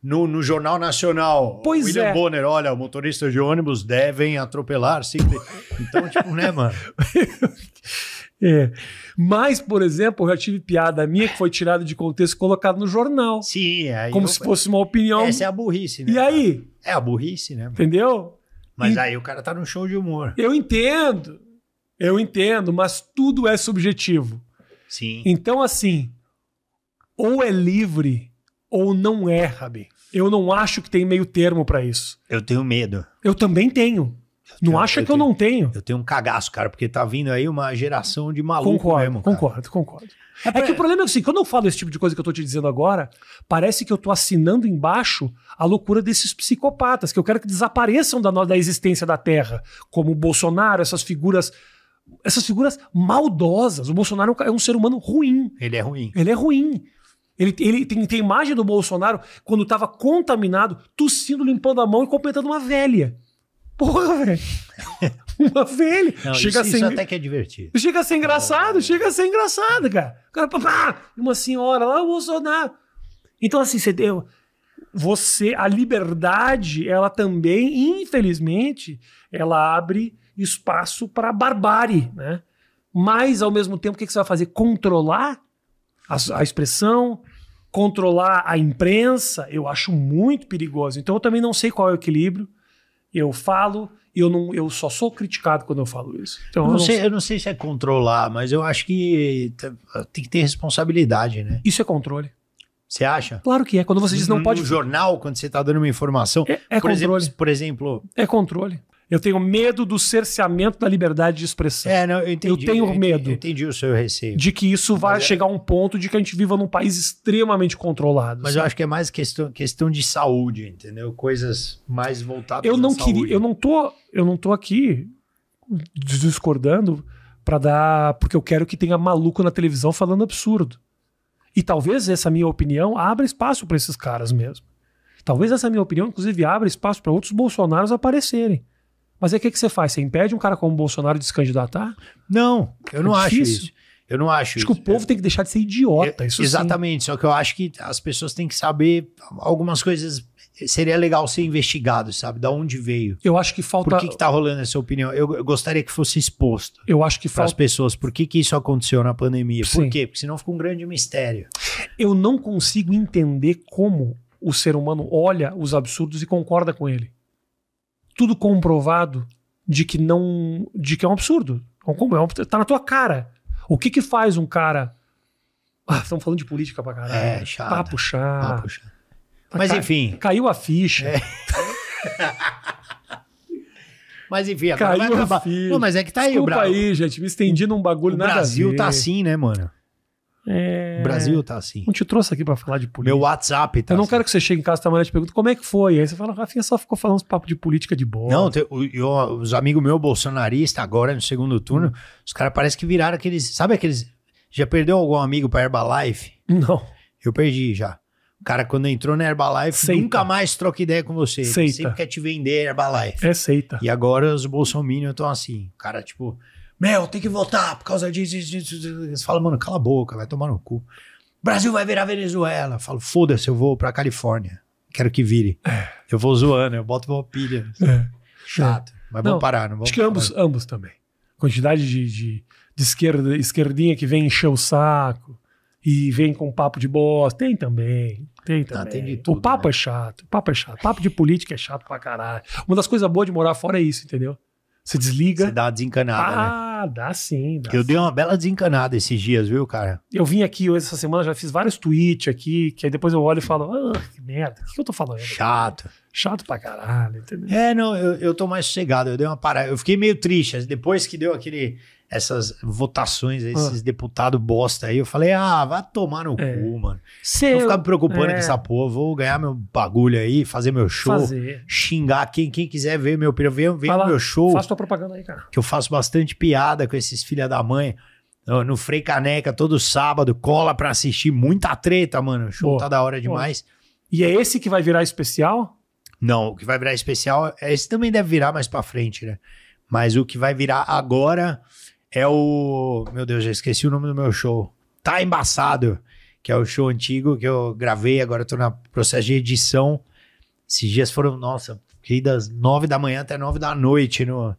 Speaker 2: no, no Jornal Nacional.
Speaker 1: Pois
Speaker 2: William
Speaker 1: é.
Speaker 2: Bonner, olha, motoristas de ônibus devem atropelar. Sim. Então, tipo, né, mano?
Speaker 1: É. Mas, por exemplo, eu já tive piada minha que foi tirada de contexto e colocada no jornal.
Speaker 2: Sim, é, aí
Speaker 1: como
Speaker 2: eu-
Speaker 1: se fosse uma opinião.
Speaker 2: Essa é a burrice, né?
Speaker 1: E aí?
Speaker 2: É a burrice, né?
Speaker 1: Entendeu?
Speaker 2: Mas
Speaker 1: E-
Speaker 2: aí o cara tá num show de humor.
Speaker 1: Eu entendo. Eu entendo, mas tudo é subjetivo.
Speaker 2: Sim.
Speaker 1: Então, assim, ou é livre ou não é, Rabi. Eu não acho que tem meio termo pra isso.
Speaker 2: Eu tenho medo.
Speaker 1: Eu também tenho. Não
Speaker 2: Eu-
Speaker 1: acha
Speaker 2: eu
Speaker 1: que eu
Speaker 2: tenho-
Speaker 1: não tenho.
Speaker 2: Eu tenho um cagaço, cara, porque tá vindo aí uma geração de maluco
Speaker 1: Concordo,
Speaker 2: Tá mesmo. cara.
Speaker 1: concordo, concordo. É que o problema é assim, quando eu falo esse tipo de coisa que eu tô te dizendo agora, parece que eu tô assinando embaixo a loucura desses psicopatas, que eu quero que desapareçam da, no- da existência da Terra, como o Bolsonaro, essas figuras, essas figuras maldosas. O Bolsonaro é um ca- é um ser humano ruim,
Speaker 2: Ele é ruim.
Speaker 1: ele é ruim. Ele, ele tem, tem imagem do Bolsonaro quando tava contaminado, tossindo, limpando a mão e cumprimentando uma velha. Porra, velho. Uma velha.
Speaker 2: Não,
Speaker 1: Chega assim,
Speaker 2: isso,
Speaker 1: sem...
Speaker 2: isso até que é divertido.
Speaker 1: Chega a ser engraçado, chega a ser engraçado, cara. O cara, pá, pá, uma senhora lá, o Bolsonaro. Então, assim, você deu. Você, a liberdade, ela também, infelizmente, ela abre espaço para barbárie, né? Mas, ao mesmo tempo, o que que você vai fazer? Controlar a, s- a expressão, controlar a imprensa, eu acho muito perigoso. Então, eu também não sei qual é o equilíbrio. Eu falo, e eu, não, eu só sou criticado quando eu falo isso. Então,
Speaker 2: Eu
Speaker 1: eu
Speaker 2: não, sei, eu não sei se é controlar, mas eu acho que t- tem que ter responsabilidade, né?
Speaker 1: Isso é controle.
Speaker 2: Você acha?
Speaker 1: Claro que é. Quando você diz não
Speaker 2: No-
Speaker 1: pode.
Speaker 2: No jornal, quando você tá dando uma informação.
Speaker 1: É, é
Speaker 2: Uhum. por,
Speaker 1: controle.
Speaker 2: exemplo, por exemplo,
Speaker 1: É controle. Eu tenho medo do cerceamento da liberdade de expressão.
Speaker 2: É, não, eu entendi.
Speaker 1: tenho
Speaker 2: entendi-
Speaker 1: medo.
Speaker 2: Eu entendi o seu receio.
Speaker 1: De que isso vai
Speaker 2: Mas é-
Speaker 1: chegar a um ponto de que a gente viva num país extremamente controlado.
Speaker 2: Mas eu acho que é mais questão, questão de saúde, entendeu? Coisas mais voltadas
Speaker 1: eu
Speaker 2: à
Speaker 1: não
Speaker 2: saúde.
Speaker 1: queria, eu não tô, eu não tô aqui dis- discordando pra dar, porque eu quero que tenha maluco na televisão falando absurdo. E talvez essa minha opinião abra espaço pra esses caras mesmo. Talvez essa minha opinião, inclusive, abra espaço pra outros bolsonaros aparecerem. Mas aí o que, que você faz? Você impede um cara como o Bolsonaro de se candidatar?
Speaker 2: Não, eu não
Speaker 1: É
Speaker 2: acho
Speaker 1: difícil.
Speaker 2: isso. Eu não acho
Speaker 1: Acho que o
Speaker 2: isso. É,
Speaker 1: povo tem que deixar de ser idiota.
Speaker 2: Eu-
Speaker 1: isso sim.
Speaker 2: Exatamente, só que eu acho que as pessoas têm que saber algumas coisas. Seria legal ser investigado, sabe? Da onde veio.
Speaker 1: Eu acho que falta.
Speaker 2: Por que, que tá rolando essa opinião? Eu, eu gostaria que fosse exposto
Speaker 1: Eu acho que
Speaker 2: para as
Speaker 1: falta.
Speaker 2: pessoas. Por que, que isso aconteceu na pandemia?
Speaker 1: Sim.
Speaker 2: Por quê? Porque senão fica um grande mistério.
Speaker 1: Eu não consigo entender como o ser humano olha os absurdos e concorda com ele. Tudo comprovado de que não, de que é um absurdo. É um- é um- Tá na tua cara. O que que faz um cara? Ah, estamos falando de política pra caralho.
Speaker 2: É, chato. É,
Speaker 1: Papo chato.
Speaker 2: Ah, puxa. Mas
Speaker 1: Cai-
Speaker 2: enfim.
Speaker 1: Caiu a ficha.
Speaker 2: Mas enfim, agora
Speaker 1: Caiu
Speaker 2: vai
Speaker 1: o
Speaker 2: acabar.
Speaker 1: filho.
Speaker 2: Não, mas é que tá aí o
Speaker 1: Desculpa
Speaker 2: Brasil.
Speaker 1: aí, gente. Me estendi num bagulho
Speaker 2: O
Speaker 1: nada a
Speaker 2: Brasil
Speaker 1: ver.
Speaker 2: tá assim, né, mano?
Speaker 1: É...
Speaker 2: O Brasil tá assim.
Speaker 1: Não te trouxe aqui pra falar de política.
Speaker 2: Meu WhatsApp tá
Speaker 1: Eu não
Speaker 2: assim.
Speaker 1: quero que você chegue em casa e tua mulher te pergunte como é que foi. Aí você fala, Rafinha só ficou falando uns papos de política de boa.
Speaker 2: Não, tem- o- eu- os amigos meus bolsonaristas agora no segundo turno, os caras parecem que viraram aqueles. Sabe aqueles. Já perdeu algum amigo pra Herbalife?
Speaker 1: Não.
Speaker 2: Eu perdi já. O cara, quando entrou na Herbalife,
Speaker 1: Seita.
Speaker 2: nunca mais troca ideia com você. Ele
Speaker 1: Seita.
Speaker 2: sempre quer te vender Herbalife.
Speaker 1: É seita.
Speaker 2: E agora os bolsominions estão assim. O cara, tipo, meu, tem que votar por causa disso. disso, disso, disso." Eles falam, mano, cala a boca, vai tomar no cu. Brasil vai virar Venezuela. Eu falo, foda-se, eu vou pra Califórnia. Quero que vire.
Speaker 1: É.
Speaker 2: Eu vou zoando, eu boto uma pilha. Chato. Mas
Speaker 1: Não,
Speaker 2: vamos parar, não vamos
Speaker 1: É. Acho que ambos, ambos também. Quantidade de, de, de esquerda, esquerdinha que vem encher o saco e vem com papo de bosta. Tem também. Tem
Speaker 2: Ah,
Speaker 1: também.
Speaker 2: tem de tudo,
Speaker 1: o papo
Speaker 2: né?
Speaker 1: é chato. O papo é chato. Papo de política é chato pra caralho. Uma das coisas boas de morar fora é isso, entendeu? Você
Speaker 2: Você
Speaker 1: desliga.
Speaker 2: dá uma desencanada, né?
Speaker 1: ah, dá sim. Dá
Speaker 2: Eu dei uma bela desencanada esses dias, viu, cara?
Speaker 1: Eu vim aqui hoje, essa semana, já fiz vários tweets aqui, que aí depois eu olho e falo, ah, que merda, o que eu tô falando?
Speaker 2: Chato.
Speaker 1: Chato pra caralho, entendeu?
Speaker 2: É, não, eu, eu tô mais sossegado, eu dei uma parada. Eu fiquei meio triste. Depois que deu aquele. essas votações, aí, esses deputados bosta aí. Eu falei, ah, vai tomar no
Speaker 1: Ah. É.
Speaker 2: cu, mano.
Speaker 1: Seu...
Speaker 2: Não ficar me preocupando
Speaker 1: é.
Speaker 2: com essa porra. Vou ganhar meu bagulho aí, fazer meu show,
Speaker 1: fazer.
Speaker 2: xingar quem, quem quiser ver meu pirão, vem, vem
Speaker 1: Vai
Speaker 2: no
Speaker 1: lá,
Speaker 2: meu show,
Speaker 1: Faz tua propaganda aí, cara.
Speaker 2: que eu faço bastante piada com esses filha da mãe. No no Frei Caneca, todo sábado, cola pra assistir muita treta, mano. O show
Speaker 1: Boa,
Speaker 2: tá da hora demais.
Speaker 1: E é esse que vai virar especial?
Speaker 2: Não, o que vai virar especial, esse também deve virar mais pra frente, né? Mas o que vai virar agora é o. Meu Deus, já esqueci o nome do meu show. Tá Embaçado, que é o show antigo que eu gravei, agora eu tô no processo de edição. Esses dias foram, nossa, fiquei das nove da manhã até nove da noite no,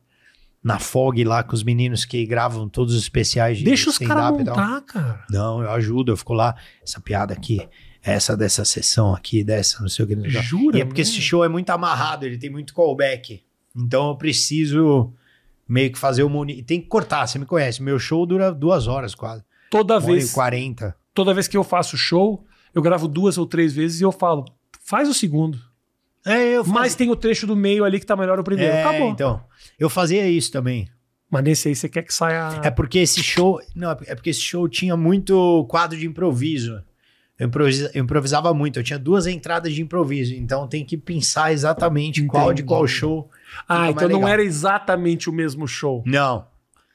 Speaker 2: na FOG lá com os meninos que gravam todos os especiais de
Speaker 1: Deixa os caras
Speaker 2: stand-up e tal.
Speaker 1: montar, cara.
Speaker 2: Não, eu ajudo, eu fico lá. Essa piada aqui, essa dessa sessão aqui, dessa, não sei o que. não sei o que.
Speaker 1: Jura?
Speaker 2: E é porque
Speaker 1: mano?
Speaker 2: esse show é muito amarrado, ele tem muito callback. Então eu preciso meio que fazer o moni... Tem que cortar, você me conhece. Meu show dura duas horas quase.
Speaker 1: Toda
Speaker 2: Uma hora e
Speaker 1: vez,
Speaker 2: 40.
Speaker 1: toda vez que eu faço show, eu gravo duas ou três vezes e eu falo, faz o segundo.
Speaker 2: É, eu
Speaker 1: Mas tem o trecho do meio ali que tá melhor o primeiro.
Speaker 2: É,
Speaker 1: Acabou.
Speaker 2: então. Eu fazia isso também.
Speaker 1: Mas nesse aí você quer que saia.
Speaker 2: É porque esse show. Não, é porque esse show tinha muito quadro de improviso. Eu improvisa- eu improvisava muito, eu tinha duas entradas de improviso, então tem que pensar exatamente qual de
Speaker 1: Entendi.
Speaker 2: qual show.
Speaker 1: ah,
Speaker 2: tá mais
Speaker 1: então não
Speaker 2: legal.
Speaker 1: era exatamente o mesmo show.
Speaker 2: Não,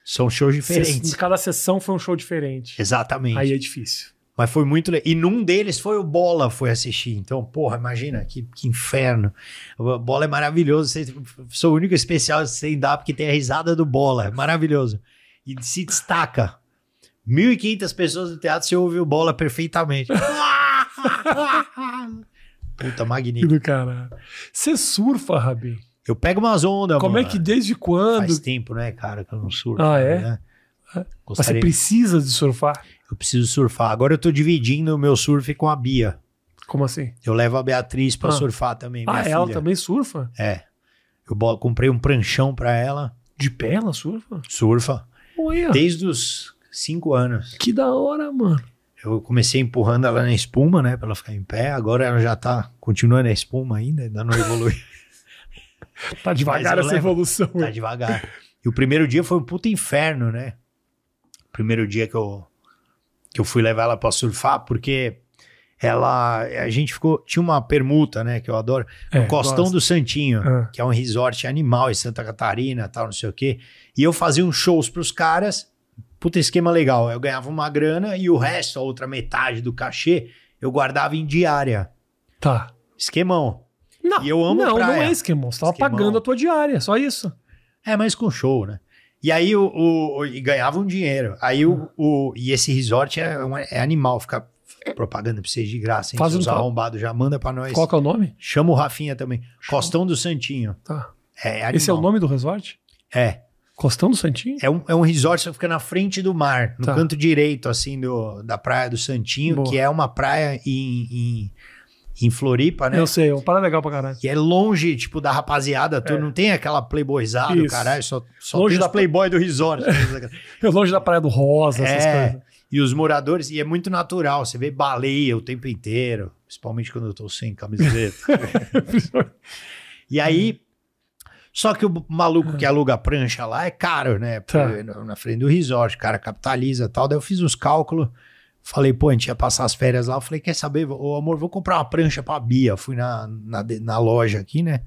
Speaker 2: são shows diferentes.
Speaker 1: Ses- Cada sessão foi um show diferente.
Speaker 2: Exatamente.
Speaker 1: Aí é difícil.
Speaker 2: Mas foi muito legal. E num deles foi o Bola foi assistir. Então, porra, imagina que, que inferno. O Bola é maravilhoso. Você- Sou o único especial de stand-up que tem a risada do Bola. É maravilhoso. E se destaca. 1.500 pessoas no teatro, você ouve o Bola perfeitamente. Puta,
Speaker 1: Que
Speaker 2: magnífico.
Speaker 1: do caralho. Você surfa, Rabi.
Speaker 2: Eu pego umas ondas,
Speaker 1: Como
Speaker 2: mano.
Speaker 1: é que desde
Speaker 2: Tá né? Faz
Speaker 1: quando?
Speaker 2: tempo, né, cara, que eu não surfo.
Speaker 1: Ah, é?
Speaker 2: né?
Speaker 1: Mas Você
Speaker 2: Gostaria...
Speaker 1: precisa de surfar?
Speaker 2: Eu preciso surfar. Agora eu tô dividindo o meu surf com a Bia.
Speaker 1: Como assim?
Speaker 2: Eu levo a Beatriz pra
Speaker 1: Ah.
Speaker 2: surfar também. Minha
Speaker 1: ah, ela
Speaker 2: filha.
Speaker 1: também surfa?
Speaker 2: É. Eu bo- comprei um pranchão pra ela,
Speaker 1: De pé ela surfa?
Speaker 2: surfa,
Speaker 1: Olha,
Speaker 2: desde os 5 anos.
Speaker 1: que da hora, mano.
Speaker 2: Eu comecei empurrando ela na espuma, né, pra ela ficar em pé. Agora ela já tá, continua na espuma ainda, ainda não evoluiu,
Speaker 1: Tá devagar
Speaker 2: eu
Speaker 1: essa
Speaker 2: levo.
Speaker 1: evolução.
Speaker 2: tá devagar. E o primeiro dia foi um puta inferno, né? Primeiro dia que eu, que eu fui levar ela pra surfar, porque ela, a gente ficou, tinha uma permuta, né, que eu adoro,
Speaker 1: É,
Speaker 2: no Costão
Speaker 1: gosto.
Speaker 2: do Santinho.
Speaker 1: Ah,
Speaker 2: que é um resort animal em Santa Catarina, tal, não sei o quê. E eu fazia uns shows pros caras, puta esquema legal. Eu ganhava uma grana e o resto, a outra metade do cachê, eu guardava em diária.
Speaker 1: tá.
Speaker 2: Esquemão.
Speaker 1: Não,
Speaker 2: E eu amo
Speaker 1: não, não
Speaker 2: praia.
Speaker 1: é esquemão. Você tava
Speaker 2: Esquemão.
Speaker 1: pagando a tua diária, só isso.
Speaker 2: É, mas com show, né? E aí o, o- o- e ganhava um dinheiro. Aí o, o- e esse resort é, um- é animal, fica propaganda pra vocês de graça, hein?
Speaker 1: Faz um
Speaker 2: Seus
Speaker 1: qual-
Speaker 2: arrombados, já manda pra nós.
Speaker 1: Qual que é o nome?
Speaker 2: Chama o Rafinha também. Costão do Santinho.
Speaker 1: Tá.
Speaker 2: É, animal.
Speaker 1: Esse é o nome do resort?
Speaker 2: É.
Speaker 1: Costão do Santinho?
Speaker 2: É um, é um resort que fica na frente do mar, no
Speaker 1: Tá.
Speaker 2: canto direito, assim, do, da Praia do Santinho,
Speaker 1: Boa.
Speaker 2: que é uma praia em, em, em Floripa, né?
Speaker 1: Eu sei, é um parada legal pra caralho.
Speaker 2: Que é longe, tipo, da rapaziada, tu não tem aquela playboyzada,
Speaker 1: É. Isso.
Speaker 2: caralho, só, só
Speaker 1: Longe
Speaker 2: tem os
Speaker 1: da-
Speaker 2: playboy do resort. né?
Speaker 1: É longe da Praia do Rosa, essas
Speaker 2: É.
Speaker 1: coisas.
Speaker 2: e os moradores, e é muito natural, você vê baleia o tempo inteiro, principalmente quando eu tô sem camiseta. E aí. Só que o maluco que aluga a prancha lá é caro, né? Porque
Speaker 1: Tá.
Speaker 2: Na na frente do resort, o cara capitaliza e tal. Daí eu fiz uns cálculos. Falei, pô, a gente ia passar as férias lá. Eu falei, quer saber, ô amor, vou comprar uma prancha pra Bia. Fui na, na, de- na loja aqui, né?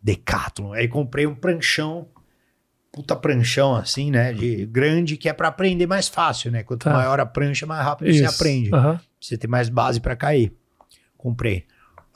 Speaker 2: Decathlon. Aí comprei um pranchão, puta pranchão assim, né? De grande, que é pra aprender mais fácil, né? Quanto
Speaker 1: Tá.
Speaker 2: maior a prancha, mais rápido você
Speaker 1: Isso. Ah.
Speaker 2: aprende
Speaker 1: Aham.
Speaker 2: você tem mais base pra cair. Comprei.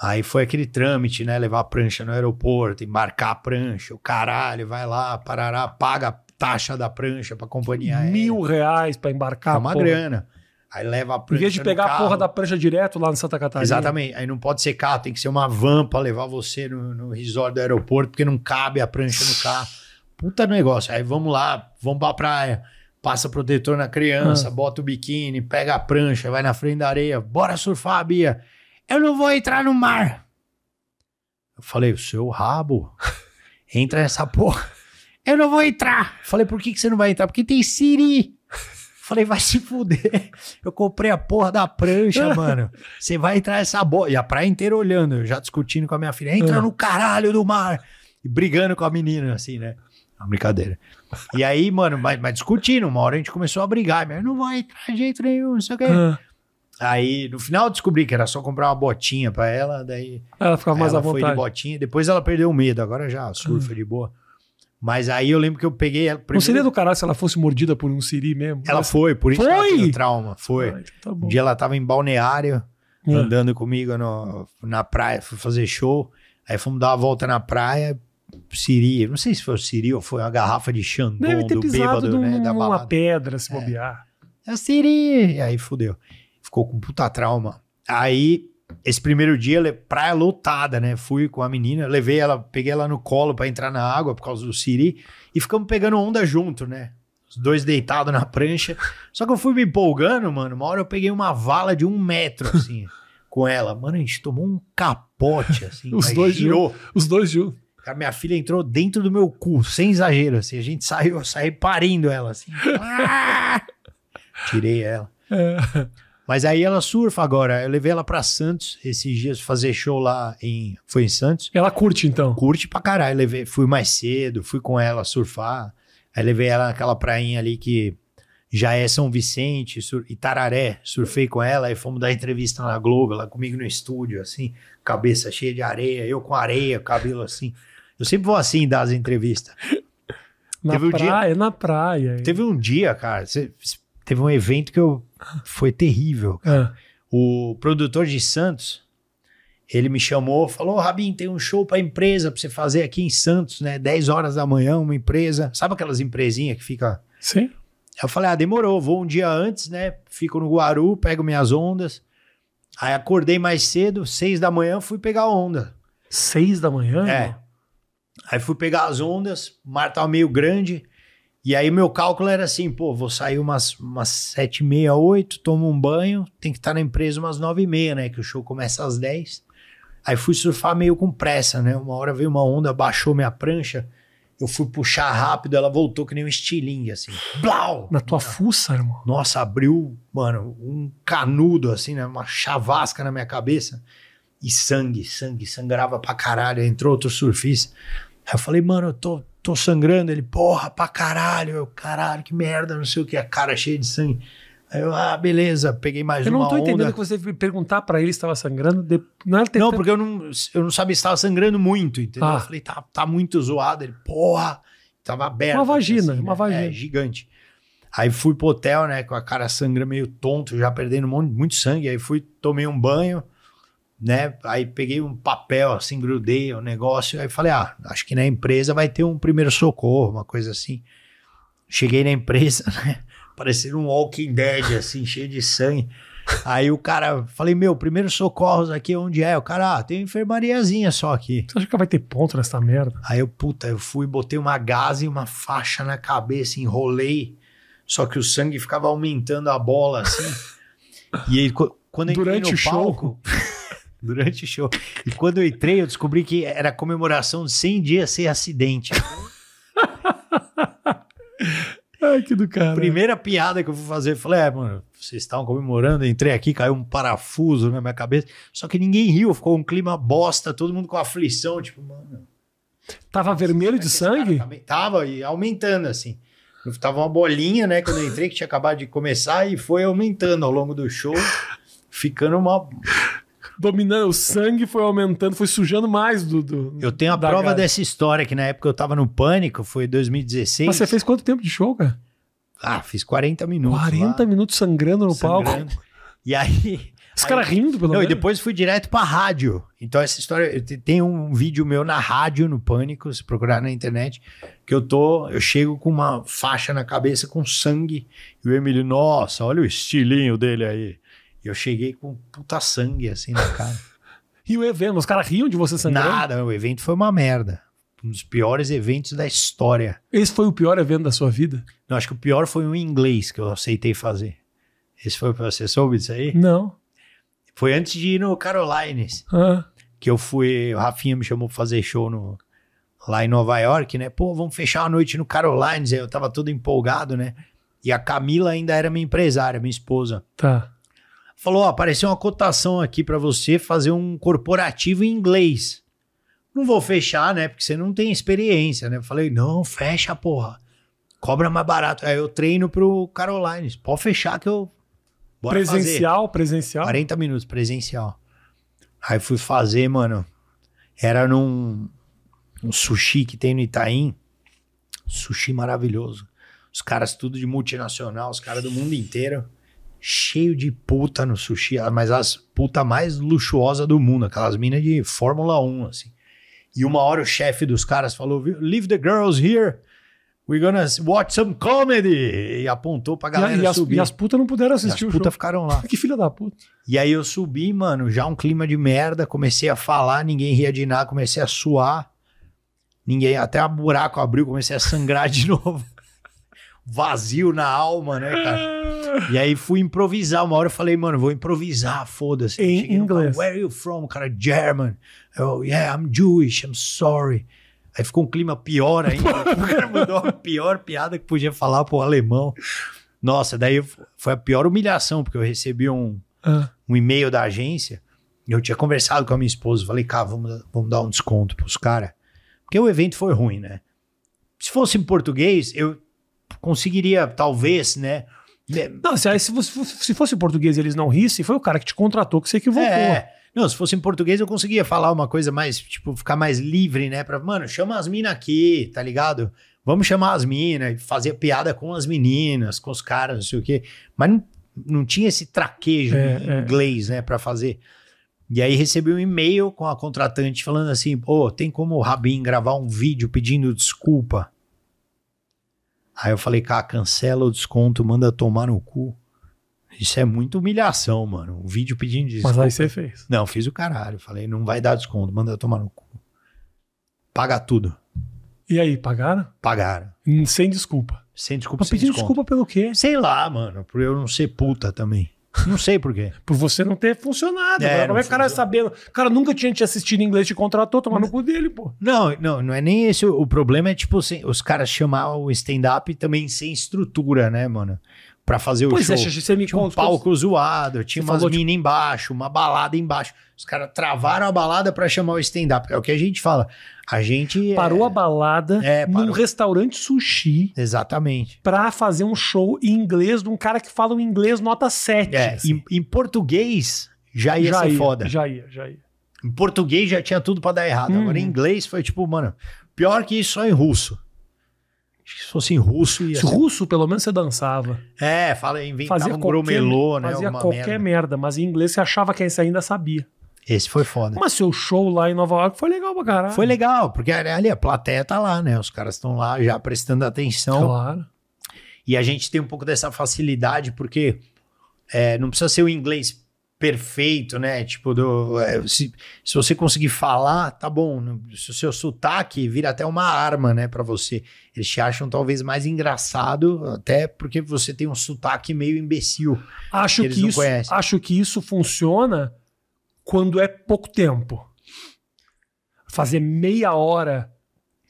Speaker 2: Aí foi aquele trâmite, né? Levar a prancha no aeroporto, embarcar a prancha, o caralho, vai lá, parará, paga a taxa da prancha pra companhia aérea.
Speaker 1: Mil reais pra
Speaker 2: É
Speaker 1: embarcar.
Speaker 2: uma
Speaker 1: porra.
Speaker 2: grana. Aí leva a
Speaker 1: Em
Speaker 2: prancha.
Speaker 1: vez de
Speaker 2: no
Speaker 1: pegar a
Speaker 2: carro.
Speaker 1: porra da prancha direto lá em Santa Catarina.
Speaker 2: Exatamente. Aí não pode ser carro, tem que ser uma van pra levar você no, no resort do aeroporto, porque não cabe a prancha no carro. Puta negócio. Aí vamos lá, vamos pra praia. Passa protetor na criança, bota o biquíni, pega a prancha, vai na frente da areia. Bora surfar, Bia. Eu não vou entrar no mar. Eu falei, o seu rabo. Entra nessa porra. Eu não vou entrar. Falei, por que, que você não vai entrar? Porque tem Siri. Falei, vai se fuder. Eu comprei a porra da prancha, mano. Você vai entrar nessa boa. E a praia inteira olhando, eu já discutindo com a minha filha. Entra
Speaker 1: Ah.
Speaker 2: no caralho do mar. E brigando com a menina, assim, né? Uma brincadeira. E aí, mano, mas, mas discutindo, uma hora a gente começou a brigar. Mas não vai entrar jeito nenhum, não sei o quê.
Speaker 1: Ah,
Speaker 2: Aí, no final, eu descobri que era só comprar uma botinha pra ela, daí
Speaker 1: ela ficava mais
Speaker 2: ela
Speaker 1: à
Speaker 2: foi de
Speaker 1: vontade. Hum.
Speaker 2: botinha, depois ela perdeu o medo, agora já, surfa de boa. Mas aí eu lembro que eu peguei ela.
Speaker 1: Não
Speaker 2: primeiro-
Speaker 1: seria do caralho se ela fosse mordida por um siri mesmo?
Speaker 2: Ela foi, por isso que
Speaker 1: Foi?
Speaker 2: ela teve o trauma. Foi.
Speaker 1: Ah, então tá
Speaker 2: Um
Speaker 1: bom.
Speaker 2: dia ela tava em balneário,
Speaker 1: Ah.
Speaker 2: andando comigo no- na praia, fui fazer show. Aí fomos dar uma volta na praia, Siri, não sei se foi o Siri ou foi uma garrafa de
Speaker 1: Deve
Speaker 2: Xandão
Speaker 1: ter
Speaker 2: do
Speaker 1: pisado
Speaker 2: bêbado,
Speaker 1: num- um
Speaker 2: né? Da
Speaker 1: numa
Speaker 2: balada.
Speaker 1: pedra se bobear.
Speaker 2: É o Siri! E aí fudeu. Ficou com puta trauma. Aí, esse primeiro dia, le- praia lotada, né? Fui com a menina, levei ela, peguei ela no colo pra entrar na água por causa do Siri e ficamos pegando onda junto, né? Os dois deitados na prancha. Só que eu fui me empolgando, mano. Uma hora eu peguei uma vala de um metro, assim, com ela. Mano, a gente tomou um capote, assim.
Speaker 1: Os
Speaker 2: mas
Speaker 1: dois
Speaker 2: girou.
Speaker 1: Os dois juntos.
Speaker 2: A minha filha entrou dentro do meu cu, sem exagero, assim. A gente saiu, eu saí parindo ela, assim. Ah! Tirei ela.
Speaker 1: É.
Speaker 2: Mas aí ela surfa agora. Eu levei ela pra Santos esses dias fazer show lá em. Foi em Santos?
Speaker 1: Ela curte, então.
Speaker 2: Curte pra caralho. Levei, fui mais cedo, fui com ela surfar. Aí levei ela naquela prainha ali que já é São Vicente, sur, Itararé. Surfei com ela e fomos dar entrevista na Globo, ela comigo no estúdio, assim, cabeça cheia de areia, eu com areia, cabelo assim. Eu sempre vou assim dar as entrevistas.
Speaker 1: Na
Speaker 2: Teve um dia-
Speaker 1: praia, na praia.
Speaker 2: Teve um dia, cara, cê- teve um evento que eu. Foi terrível,
Speaker 1: Ah,
Speaker 2: O produtor de Santos, ele me chamou, falou: "Ô, Rabin, tem um show pra empresa pra você fazer aqui em Santos, né? 10 horas da manhã, uma empresa. Sabe aquelas empresinhas que fica.
Speaker 1: sim?
Speaker 2: Eu falei: ah, demorou, vou um dia antes, né? Fico no Guaru, pego minhas ondas. Aí acordei mais cedo, 6 da manhã, fui pegar a onda.
Speaker 1: Seis da manhã?
Speaker 2: É.
Speaker 1: irmão?
Speaker 2: Aí fui pegar as ondas, o mar tava meio grande. E aí meu cálculo era assim, pô, vou sair umas, umas sete e meia, oito, tomo um banho, tem que estar na empresa umas nove e meia, né? Que o show começa às dez. Aí fui surfar meio com pressa, né? Uma hora veio uma onda, baixou minha prancha, eu fui puxar rápido, ela voltou que nem um estilingue, assim. Blau!
Speaker 1: Na tua fuça, irmão.
Speaker 2: Nossa, abriu, mano, um canudo assim, né? Uma chavasca na minha cabeça. E sangue, sangue, sangrava pra caralho. Aí Entrou outro surfista. Aí eu falei, mano, eu tô, tô sangrando. Ele, porra, pra caralho. Eu, caralho, que merda, não sei o que. A cara cheia de sangue. Aí eu, ah, beleza, peguei mais
Speaker 1: Eu
Speaker 2: uma
Speaker 1: não tô entendendo é
Speaker 2: onda.
Speaker 1: que você veio perguntar pra ele se tava sangrando. de- Não era
Speaker 2: Não,
Speaker 1: tentando-
Speaker 2: porque eu não, eu não sabia se tava sangrando muito, entendeu?
Speaker 1: Ah.
Speaker 2: Eu falei, tá, tá muito zoado. Ele, porra, tava aberto. assim,
Speaker 1: Uma vagina, uma vagina.
Speaker 2: É, gigante. Aí fui pro hotel, né, com a cara sangra meio tonto, já perdendo um monte- muito sangue. Aí fui, tomei um banho, né? Aí peguei um papel, assim, grudei o negócio. Aí falei, ah, acho que na empresa vai ter um primeiro socorro, uma coisa assim. Cheguei na empresa, né? Parecendo um Walking Dead, assim, cheio de sangue. Aí o cara, falei, meu, primeiro socorros aqui onde é? O cara, ah, tem uma enfermariazinha só aqui.
Speaker 1: Você acha que vai ter ponto nessa merda?
Speaker 2: Aí eu, puta, eu fui, botei uma gaze e uma faixa na cabeça, enrolei. Só que o sangue ficava aumentando a bola, assim. e aí, co- quando eu
Speaker 1: Durante
Speaker 2: entrei no
Speaker 1: o show?
Speaker 2: palco... durante o show. E quando eu entrei, eu descobri que era a comemoração de 100 dias sem acidente.
Speaker 1: Ai, que do cara.
Speaker 2: Primeira piada que eu fui fazer, eu falei, é, mano, vocês estavam comemorando, eu entrei aqui, caiu um parafuso na minha cabeça. Só que ninguém riu, ficou um clima bosta, todo mundo com aflição, tipo, mano...
Speaker 1: Tava vermelho de
Speaker 2: É Esse cara
Speaker 1: sangue?
Speaker 2: também Tava e aumentando, assim. Eu Tava uma bolinha, né? Quando eu entrei, que tinha acabado de começar, e foi aumentando ao longo do show, ficando uma. tá-
Speaker 1: Dominando, o sangue foi aumentando, foi sujando mais do. do-
Speaker 2: Eu tenho a
Speaker 1: da
Speaker 2: prova
Speaker 1: gás.
Speaker 2: dessa história, que na época eu tava no pânico, foi
Speaker 1: Mas
Speaker 2: 2016.
Speaker 1: você fez quanto tempo de show, cara?
Speaker 2: Ah, fiz 40 minutos.
Speaker 1: 40
Speaker 2: lá,
Speaker 1: minutos sangrando no palco.
Speaker 2: sangrando. E aí.
Speaker 1: Os
Speaker 2: Aí-
Speaker 1: caras rindo, pelo
Speaker 2: Não, e
Speaker 1: menos.
Speaker 2: depois fui direto pra rádio. Então, essa história. eu te- Tem um vídeo meu na rádio, no Pânico, se procurar na internet, que eu tô. Eu chego com uma faixa na cabeça com sangue. E o Emílio, nossa, olha o estilinho dele aí. E eu cheguei com puta sangue assim na cara.
Speaker 1: E o evento, os caras riam de você sangrando.
Speaker 2: Nada, o evento foi uma merda. Um dos piores eventos da história.
Speaker 1: Esse foi o pior evento da sua vida?
Speaker 2: Não, acho que o pior foi um inglês que eu aceitei fazer. Esse foi. Você soube disso aí?
Speaker 1: Não.
Speaker 2: Foi antes de ir no Carolines.
Speaker 1: Ah,
Speaker 2: que eu fui, o Rafinha me chamou pra fazer show no, lá em Nova York, né? Pô, vamos fechar a noite no Carolines, aí eu tava todo empolgado, né? E a Camila ainda era minha empresária, minha esposa.
Speaker 1: tá.
Speaker 2: Falou, ó, apareceu uma cotação aqui pra você fazer um corporativo em inglês. Não vou fechar, né? Porque você não tem experiência, né? Eu falei, não, fecha, porra. Cobra mais barato. Aí eu treino pro Carolines. Pode fechar que eu. Bora fazer.
Speaker 1: presencial, presencial.
Speaker 2: 40 minutos presencial. Aí fui fazer, mano. Era num um sushi que tem no Itaim. Sushi maravilhoso. Os caras tudo de multinacional, os caras do mundo inteiro. Cheio de puta no sushi, ah, mas as puta mais luxuosa do mundo, aquelas minas de Fórmula 1, assim. E uma hora o chefe dos caras falou: Leave the girls here, we're gonna watch some comedy. E apontou pra
Speaker 1: E a-
Speaker 2: galera
Speaker 1: e, as,
Speaker 2: subir.
Speaker 1: e as putas não puderam
Speaker 2: E as
Speaker 1: assistir o
Speaker 2: putas ficaram lá.
Speaker 1: show. Que filha da puta.
Speaker 2: E aí eu subi, mano, já um clima de merda, comecei a falar, ninguém ria de nada, comecei a suar. Ninguém, até o buraco abriu, comecei a sangrar de novo. Vazio na alma, né, cara? E aí fui improvisar. Uma hora eu falei, mano, vou improvisar, foda-se.
Speaker 1: Em
Speaker 2: Cheguei no cara,
Speaker 1: inglês.
Speaker 2: Where are you from? O cara, German. Eu, yeah, I'm Jewish, I'm sorry. Aí ficou um clima pior ainda. o cara mudou a pior piada que podia falar pro alemão. Nossa, daí eu- foi a pior humilhação, porque eu recebi um,
Speaker 1: Ah,
Speaker 2: um e-mail da agência. e Eu tinha conversado com a minha esposa, falei, cara, vamos, vamos dar um desconto pros caras. Porque o evento foi ruim, né? Se fosse em português, eu conseguiria, talvez, né? me-
Speaker 1: Não, se, aí se, você fosse- se fosse português e eles não rissem, foi o cara que te contratou que você equivocou.
Speaker 2: É. Não, se fosse em português, eu conseguia falar uma coisa mais, tipo, ficar mais livre, né? Pra, mano, chama as minas aqui, tá ligado? Vamos chamar as minas, e fazer piada com as meninas, com os caras, não sei o quê. Mas não, não tinha esse traquejo
Speaker 1: É,
Speaker 2: em
Speaker 1: é.
Speaker 2: inglês, né, pra fazer. E aí recebi um e-mail com a contratante falando assim: pô, tem como o Rabin gravar um vídeo pedindo desculpa? Aí eu falei, cara, cancela o desconto, manda tomar no cu. Isso é muita humilhação, mano. Um vídeo pedindo desculpa.
Speaker 1: Mas aí você fez.
Speaker 2: Não, fiz o caralho. Falei, não vai dar desconto, manda eu tomar no cu. Paga tudo.
Speaker 1: E aí, pagaram?
Speaker 2: Pagaram.
Speaker 1: Hum, Sem desculpa.
Speaker 2: Sem desculpa,
Speaker 1: Mas
Speaker 2: sem
Speaker 1: pedindo
Speaker 2: desconto.
Speaker 1: desculpa pelo quê?
Speaker 2: Sei lá, mano, por eu não ser puta também. Não sei por quê.
Speaker 1: Por você não ter funcionado.
Speaker 2: É,
Speaker 1: cara.
Speaker 2: não
Speaker 1: Como é que o cara
Speaker 2: funcionou.
Speaker 1: sabendo? O cara nunca tinha te assistido em inglês, te contratou, tomar no cu dele, pô.
Speaker 2: Não, não, não é nem esse. O o problema é, tipo, assim, os caras chamar o stand-up também sem estrutura, né, mano? Pra fazer o
Speaker 1: Pois
Speaker 2: show.
Speaker 1: é, Xixi, você me
Speaker 2: Tinha um
Speaker 1: conta.
Speaker 2: palco zoado, tinha
Speaker 1: Você
Speaker 2: umas
Speaker 1: falou,
Speaker 2: minas embaixo, uma balada embaixo. Os caras travaram a balada pra chamar o stand-up. É o que a gente fala. A gente. é-
Speaker 1: Parou a balada
Speaker 2: É,
Speaker 1: num
Speaker 2: parou.
Speaker 1: restaurante sushi
Speaker 2: Exatamente.
Speaker 1: pra fazer um show em inglês de um cara que fala um inglês nota 7.
Speaker 2: É,
Speaker 1: assim.
Speaker 2: em, em português já ia ser foda.
Speaker 1: Já ia, já ia.
Speaker 2: Em português já tinha tudo pra dar errado. Agora em
Speaker 1: Uhum.
Speaker 2: inglês foi tipo, mano, pior que isso só em russo. Acho que se fosse em russo ia
Speaker 1: Se
Speaker 2: ser...
Speaker 1: russo, pelo menos, você dançava.
Speaker 2: É, fala, inventava
Speaker 1: Fazia
Speaker 2: um
Speaker 1: qualquer,
Speaker 2: bromelô, né?
Speaker 1: fazia
Speaker 2: alguma
Speaker 1: qualquer merda.
Speaker 2: merda.
Speaker 1: mas em inglês você achava que esse ainda sabia.
Speaker 2: Esse foi foda.
Speaker 1: Mas seu show lá em Nova York foi legal pra caralho.
Speaker 2: Foi legal, porque ali a plateia tá lá, né? Os caras estão lá já prestando atenção.
Speaker 1: Claro.
Speaker 2: E a gente tem um pouco dessa facilidade, porque é, não precisa ser o inglês perfeito, né? Tipo, do, é, se, se você conseguir falar, tá bom. Não- Se o seu sotaque vira até uma arma, né, pra você. Eles te acham talvez mais engraçado, até porque você tem um sotaque meio imbecil.
Speaker 1: Acho
Speaker 2: Eles
Speaker 1: que,
Speaker 2: não
Speaker 1: isso,
Speaker 2: conhecem.
Speaker 1: acho que isso funciona quando é pouco tempo. Fazer meia hora,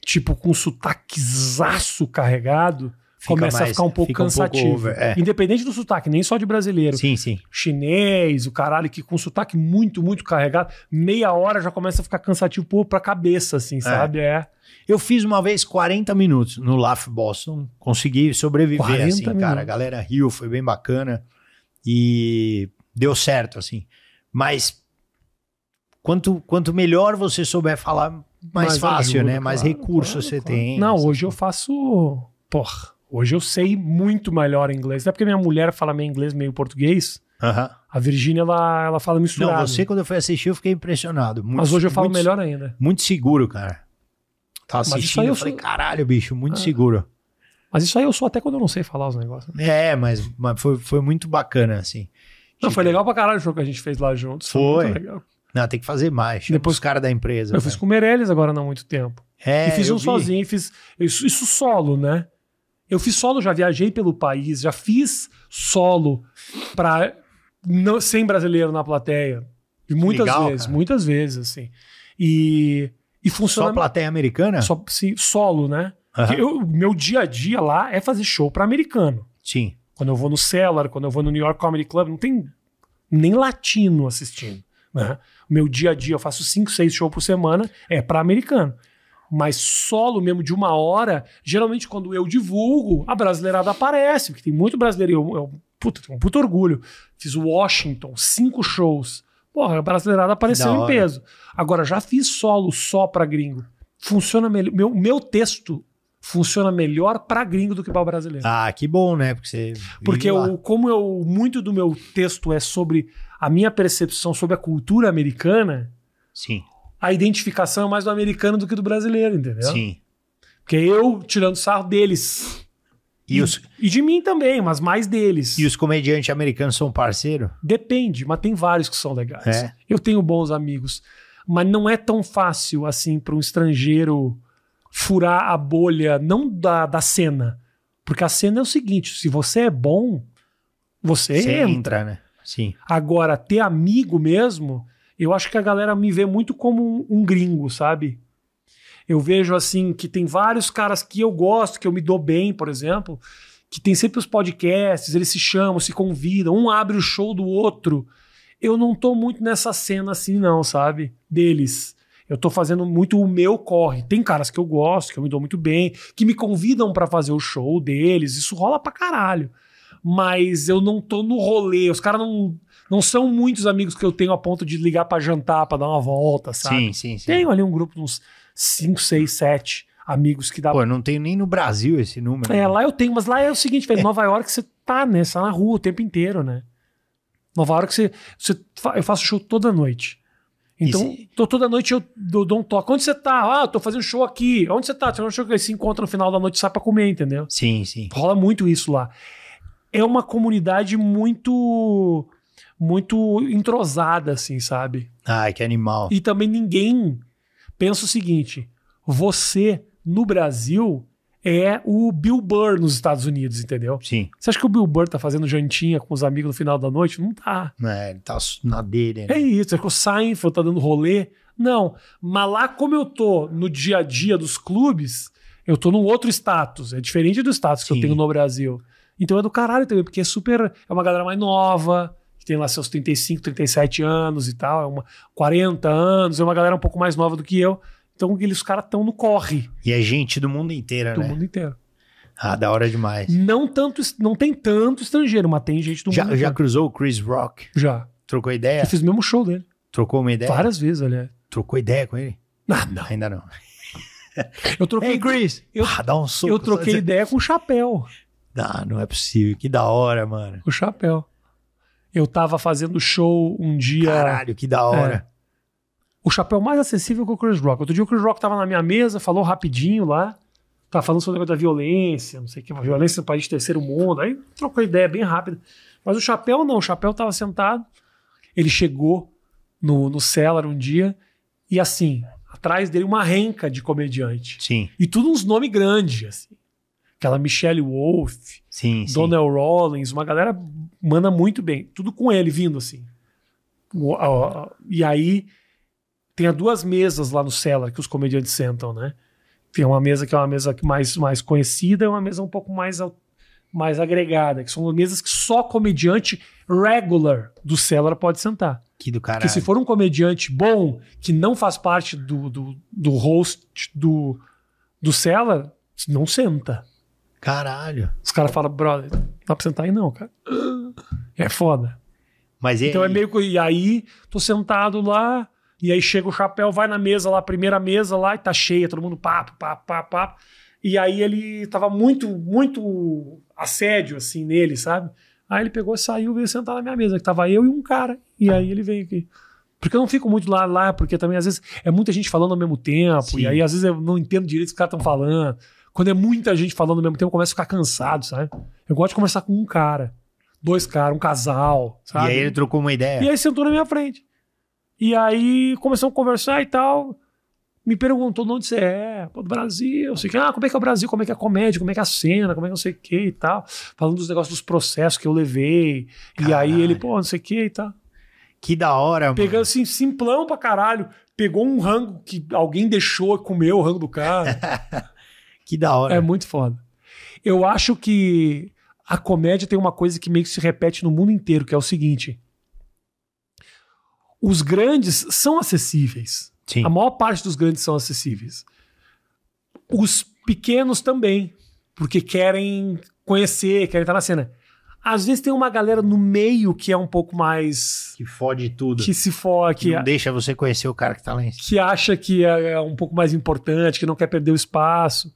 Speaker 1: tipo, com sotaquezaço carregado, começa a
Speaker 2: mais-
Speaker 1: ficar um pouco
Speaker 2: fica
Speaker 1: cansativo.
Speaker 2: over, é.
Speaker 1: Independente do sotaque, nem só de brasileiro.
Speaker 2: Sim, sim.
Speaker 1: Chinês, o caralho, que com sotaque muito, muito carregado, meia hora já começa a ficar cansativo pô, pra cabeça, assim, sabe? É.
Speaker 2: Eu fiz uma vez 40 minutos no Laugh Boston, consegui sobreviver
Speaker 1: 40
Speaker 2: assim, cara. A
Speaker 1: minutos.
Speaker 2: galera riu, foi bem bacana e deu certo assim. Mas quanto quanto melhor você souber falar,
Speaker 1: Mais
Speaker 2: mais, fácil,
Speaker 1: ajuda,
Speaker 2: né? mais
Speaker 1: claro,
Speaker 2: recurso
Speaker 1: claro,
Speaker 2: você
Speaker 1: claro.
Speaker 2: tem.
Speaker 1: Não,
Speaker 2: assim.
Speaker 1: hoje eu faço. Porra, hoje eu sei muito melhor inglês. Até porque minha mulher fala meio inglês, meio português.
Speaker 2: Aham.
Speaker 1: A Virgínia, ela, ela fala
Speaker 2: Não,
Speaker 1: misturado.
Speaker 2: você quando eu fui assistir eu fiquei impressionado. Muito-
Speaker 1: Mas hoje eu falo
Speaker 2: muito-
Speaker 1: melhor ainda.
Speaker 2: Muito seguro, cara. Tava
Speaker 1: Mas isso
Speaker 2: assistindo,
Speaker 1: aí
Speaker 2: eu,
Speaker 1: eu
Speaker 2: falei,
Speaker 1: sou-
Speaker 2: caralho, bicho, muito
Speaker 1: Ah.
Speaker 2: seguro.
Speaker 1: Mas isso aí eu sou até quando eu não sei falar os negócios.
Speaker 2: É, mas, mas foi, foi muito bacana, assim.
Speaker 1: Não, foi
Speaker 2: Tive-
Speaker 1: legal pra caralho o show que a gente fez lá juntos.
Speaker 2: Foi.
Speaker 1: muito legal.
Speaker 2: Não, tem que fazer mais.
Speaker 1: Depois-
Speaker 2: Depois os caras da empresa.
Speaker 1: Eu fiz
Speaker 2: cara.
Speaker 1: com o Meirelles agora não há muito tempo.
Speaker 2: É,
Speaker 1: e fiz
Speaker 2: eu
Speaker 1: um
Speaker 2: vi.
Speaker 1: sozinho, fiz isso, isso solo, né? Eu fiz solo, já viajei pelo país, já fiz solo pra, não, sem brasileiro na plateia. E muitas
Speaker 2: Legal,
Speaker 1: vezes,
Speaker 2: cara.
Speaker 1: muitas vezes, assim. E, e
Speaker 2: Só
Speaker 1: funciona.
Speaker 2: plateia americana?
Speaker 1: só- sim, solo, né?
Speaker 2: Aham.
Speaker 1: Porque eu- meu dia a dia lá é fazer show pra americano.
Speaker 2: Sim.
Speaker 1: Quando eu vou no Cellar, quando eu vou no New York Comedy Club, não tem nem latino assistindo. né? O meu dia a dia, eu faço 5, 6 shows por semana, é para americano. Mas solo mesmo de uma hora, geralmente quando eu divulgo, a brasileirada aparece, porque tem muito brasileiro. Eu, eu puta, tenho um puto orgulho. Fiz Washington, cinco shows. Porra, a brasileirada apareceu
Speaker 2: Da
Speaker 1: em
Speaker 2: hora.
Speaker 1: peso. Agora, já fiz solo só pra gringo. Funciona melhor. Meu, meu texto funciona melhor pra gringo do que pra brasileiro.
Speaker 2: Ah, que bom, né? Porque você.
Speaker 1: Porque
Speaker 2: vive lá.
Speaker 1: eu, como eu muito do meu texto é sobre a minha percepção sobre a cultura americana,
Speaker 2: Sim,
Speaker 1: a identificação é mais do americano do que do brasileiro, entendeu?
Speaker 2: sim.
Speaker 1: Porque eu tirando sarro deles.
Speaker 2: E os,
Speaker 1: E de mim também, mas mais deles.
Speaker 2: e os comediantes americanos são parceiro?
Speaker 1: Depende, mas tem vários que são legais.
Speaker 2: É.
Speaker 1: Eu tenho bons amigos, mas não é tão fácil assim para um estrangeiro furar a bolha, não da, da cena. Porque a cena é o seguinte: se você é bom, você é
Speaker 2: Você
Speaker 1: entra.
Speaker 2: entra, né? Sim.
Speaker 1: Agora, ter amigo mesmo, eu acho que a galera me vê muito como um, um gringo, sabe? Eu vejo assim que tem vários caras que eu gosto, que eu me dou bem, por exemplo, que tem sempre os podcasts, eles se chamam, se convidam, um abre o show do outro. Eu não tô muito nessa cena assim, não, sabe? Deles. Eu tô fazendo muito o meu corre. Tem caras que eu gosto, que eu me dou muito bem, que me convidam pra fazer o show deles. Isso rola pra caralho. Mas eu não tô no rolê. Os caras não, não são muitos amigos que eu tenho a ponto de ligar pra jantar, pra dar uma volta, sabe?
Speaker 2: Sim, sim, sim.
Speaker 1: Tenho ali um grupo de uns 5, 6, 7 amigos que dá.
Speaker 2: Pô, eu não tenho nem no Brasil esse número.
Speaker 1: É,
Speaker 2: né?
Speaker 1: lá eu tenho, mas lá é o seguinte, velho, Nova York você tá, né? Você tá na rua o tempo inteiro, né? Nova York você. você fa- eu faço show toda noite. Então,
Speaker 2: E
Speaker 1: tô, toda noite eu dou, dou um toque. Onde você tá? Ah, eu tô fazendo show aqui. Onde você tá? Você faz um show que aí se encontra no final da noite e sai pra comer, entendeu?
Speaker 2: Sim, sim.
Speaker 1: Rola muito isso lá. É uma comunidade muito. Muito entrosada, assim, sabe?
Speaker 2: Ai, que animal.
Speaker 1: E também ninguém pensa o seguinte: você no Brasil é o Bill Burr nos Estados Unidos, entendeu?
Speaker 2: Sim.
Speaker 1: Você acha que o Bill Burr tá fazendo jantinha com os amigos no final da noite? Não tá.
Speaker 2: É, ele tá na dele, né?
Speaker 1: É isso. Você acha que o Seinfeld tá dando rolê? Não. Mas lá, como eu tô no dia a dia dos clubes, eu tô num outro status. É diferente do status que eu
Speaker 2: Sim.
Speaker 1: tenho no Brasil. Então é do caralho também, porque é super. É uma galera mais nova, que tem lá seus 35, 37 anos e tal, é uma 40 anos, é uma galera um pouco mais nova do que eu. Então eles os caras estão no corre
Speaker 2: E é gente do mundo inteiro,
Speaker 1: do
Speaker 2: né?
Speaker 1: mundo inteiro.
Speaker 2: Ah, da hora demais.
Speaker 1: Não tanto, es- não tem tanto estrangeiro, mas tem gente do mundo
Speaker 2: Já, já É.
Speaker 1: inteiro.
Speaker 2: cruzou o Chris Rock?
Speaker 1: Já.
Speaker 2: Trocou ideia?
Speaker 1: Eu fiz o mesmo show dele.
Speaker 2: Trocou uma ideia?
Speaker 1: Várias vezes, aliás.
Speaker 2: Trocou ideia com ele?
Speaker 1: Ah,
Speaker 2: não. Ainda não.
Speaker 1: Eu troquei,
Speaker 2: Ei, Chris!
Speaker 1: eu-
Speaker 2: ah, dá um soco.
Speaker 1: eu troquei
Speaker 2: só-
Speaker 1: ideia com o chapéu.
Speaker 2: Ah, não é possível. Que da hora, mano.
Speaker 1: O chapéu. Eu tava fazendo show um dia.
Speaker 2: Caralho, que da hora.
Speaker 1: O chapéu mais acessível que o Chris Rock. Outro dia o Chris Rock tava na minha mesa, falou rapidinho lá. Tava falando sobre o negócio da violência, não sei o que, uma violência no país de terceiro mundo. Aí trocou ideia bem rápida. Mas o chapéu não, o chapéu tava sentado. Ele chegou no, no cellar um dia e assim, atrás dele uma renca de comediante.
Speaker 2: Sim,
Speaker 1: E tudo uns nomes grandes, assim. Aquela Michelle Wolf,
Speaker 2: sim, sim.
Speaker 1: Donnell Rollins, uma galera manda muito bem. Tudo com ele vindo, assim. O- a- a- E aí tem as duas mesas lá no cellar que os comediantes sentam, né? Tem uma mesa que é uma mesa mais, mais conhecida e uma mesa um pouco mais, al- mais agregada, que são mesas que só comediante regular do cellar pode sentar.
Speaker 2: Que do
Speaker 1: Porque
Speaker 2: caralho.
Speaker 1: se for um comediante bom, que não faz parte do, do, do host do, do cellar, não senta.
Speaker 2: Caralho.
Speaker 1: Os caras falam, brother, não dá pra sentar aí não, cara. É foda.
Speaker 2: Mas e
Speaker 1: Então é
Speaker 2: aí?
Speaker 1: meio que. E aí, tô sentado lá, e aí chega o chapéu, vai na mesa lá, primeira mesa lá, e tá cheia, todo mundo papo, papo, papo, papo. E aí ele tava muito, muito assédio, assim, nele, sabe? Aí ele pegou, saiu, veio sentar na minha mesa, que tava eu e um cara. E aí ele veio aqui. Porque eu não fico muito lá, lá, porque também às vezes é muita gente falando ao mesmo tempo,
Speaker 2: Sim.
Speaker 1: e aí às vezes eu não entendo direito o que os caras estão falando. Quando é muita gente falando ao mesmo tempo, eu começo a ficar cansado, sabe? Eu gosto de conversar com um cara, dois caras, um casal, sabe?
Speaker 2: E aí ele trocou uma ideia.
Speaker 1: E aí sentou na minha frente. E aí começamos a conversar e tal. Me perguntou de onde você é, pô, do Brasil, não sei o que. Ah, como é que é o Brasil, como é que é a comédia, como é que é a cena, como é que não sei o que e tal. Falando dos negócios dos processos que eu levei. E aí
Speaker 2: Caralho.
Speaker 1: ele, pô, não sei o que e tal.
Speaker 2: Que da hora, mano.
Speaker 1: Pegando assim, simplão pra caralho. Pegou um rango que alguém deixou e comeu o rango do cara.
Speaker 2: Que da hora.
Speaker 1: É muito foda. Eu acho que a comédia tem uma coisa que meio que se repete no mundo inteiro, que é o seguinte: os grandes são acessíveis.
Speaker 2: Sim.
Speaker 1: A maior parte dos grandes são acessíveis. Os pequenos também, porque querem conhecer, querem estar na cena. Às vezes tem uma galera no meio que é um pouco mais.
Speaker 2: Que fode tudo.
Speaker 1: que se for,
Speaker 2: Que
Speaker 1: que,
Speaker 2: não deixa você conhecer o cara que tá lá em cima.
Speaker 1: que acha que é um pouco mais importante, que não quer perder o espaço.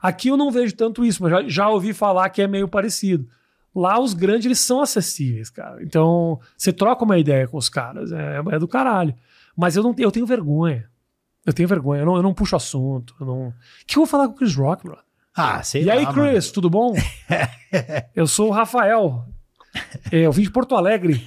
Speaker 1: Aqui eu não vejo tanto isso, mas já, já ouvi falar que é meio parecido. Lá os grandes eles são acessíveis, cara. Então você troca uma ideia com os caras, é, é do caralho. Mas eu não, eu tenho vergonha. Eu tenho vergonha, eu não, eu não puxo assunto. Eu não... O que eu vou falar com o Chris Rock, bro?
Speaker 2: Ah, sei
Speaker 1: e
Speaker 2: lá,
Speaker 1: aí,
Speaker 2: mano.
Speaker 1: Chris, tudo bom? eu sou o Rafael. É, eu vim de Porto Alegre.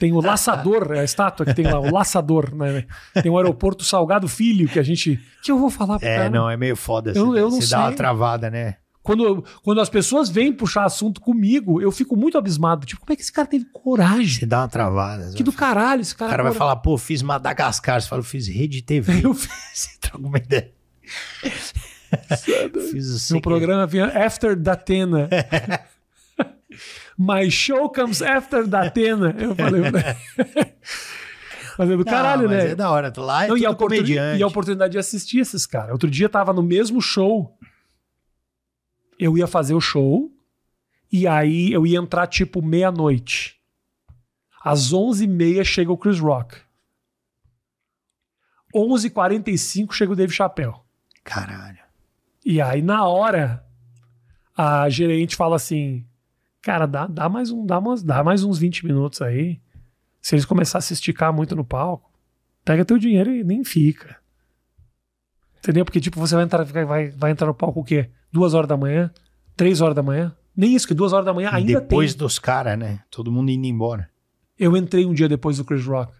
Speaker 1: Tem o Laçador, é a estátua que tem lá, o Laçador. Né? Tem o aeroporto Salgado Filho, que a gente. que eu vou falar pro
Speaker 2: É,
Speaker 1: cara?
Speaker 2: não, é meio foda.
Speaker 1: Eu-
Speaker 2: você
Speaker 1: eu não
Speaker 2: você dá uma
Speaker 1: sei.
Speaker 2: travada, né?
Speaker 1: Quando, eu- quando as pessoas vêm puxar assunto comigo, eu fico muito abismado. Tipo, como é que esse cara teve coragem?
Speaker 2: Você dá uma travada.
Speaker 1: Que do caralho esse
Speaker 2: O
Speaker 1: cara.
Speaker 2: cara vai
Speaker 1: cora-
Speaker 2: falar, pô, fiz Madagascar. Você fala, eu fiz Rede TV.
Speaker 1: Eu fiz
Speaker 2: Você troca uma ideia. fiz o
Speaker 1: no
Speaker 2: sei- é.
Speaker 1: programa vinha After Datena. My show comes after Datena. Eu falei. né? Mas é do
Speaker 2: Não,
Speaker 1: caralho,
Speaker 2: mas
Speaker 1: né?
Speaker 2: É da hora. tu Lá é
Speaker 1: Não, e, a
Speaker 2: tudo
Speaker 1: oportuni-
Speaker 2: comediante.
Speaker 1: e a oportunidade de assistir esses caras. Outro dia tava no mesmo show. Eu ia fazer o show. E aí eu ia entrar tipo meia-noite. Às 11h30 chega o Chris Rock. 11h45 chega o Dave Chappelle.
Speaker 2: Caralho.
Speaker 1: E aí, na hora, a gerente fala assim: Cara, dá, dá, mais, um, dá, umas, dá mais uns 20 minutos aí. Se eles começarem a se esticar muito no palco, pega teu dinheiro e nem fica. Entendeu? Porque, tipo, você vai entrar, vai- vai, vai entrar no palco o quê? Duas horas da manhã? Três horas da manhã? Nem isso, que duas horas da manhã ainda
Speaker 2: Depois
Speaker 1: tem.
Speaker 2: dos caras, né? Todo mundo indo embora.
Speaker 1: Eu entrei um dia depois do Chris Rock.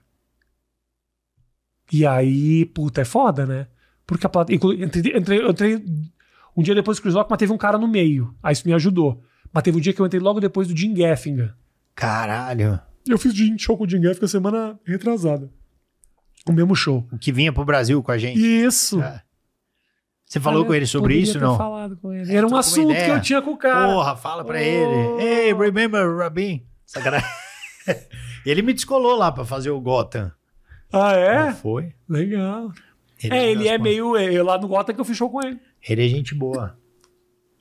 Speaker 1: E aí, puta, é foda, né? Porque a plateia. Entrei, entrei- eu entrei um dia depois do Chris Rock, mas teve um cara no meio. Aí isso me ajudou. Mas teve um dia que eu entrei logo depois do Jim Gaffigan.
Speaker 2: Caralho.
Speaker 1: Eu fiz Jim- show com o Jim Gaffigan semana retrasada. O mesmo show.
Speaker 2: O que vinha pro Brasil com a gente.
Speaker 1: Isso!
Speaker 2: É. Você falou
Speaker 1: Cara,
Speaker 2: com ele sobre
Speaker 1: poderia
Speaker 2: isso,
Speaker 1: ter
Speaker 2: não?
Speaker 1: falado com ele. Era um
Speaker 2: Trocou uma
Speaker 1: assunto que
Speaker 2: ideia.
Speaker 1: eu tinha com o cara.
Speaker 2: Porra, fala pra
Speaker 1: Oh.
Speaker 2: ele. Hey, remember Rabin? Sacanagem. ele me descolou lá pra fazer o Gotham.
Speaker 1: Ah,
Speaker 2: Não
Speaker 1: é?
Speaker 2: foi?
Speaker 1: Legal.
Speaker 2: Ele
Speaker 1: É, ele
Speaker 2: nas
Speaker 1: é
Speaker 2: mãos.
Speaker 1: meio. é, lá no Gota que eu fiz show com ele.
Speaker 2: Ele é gente boa.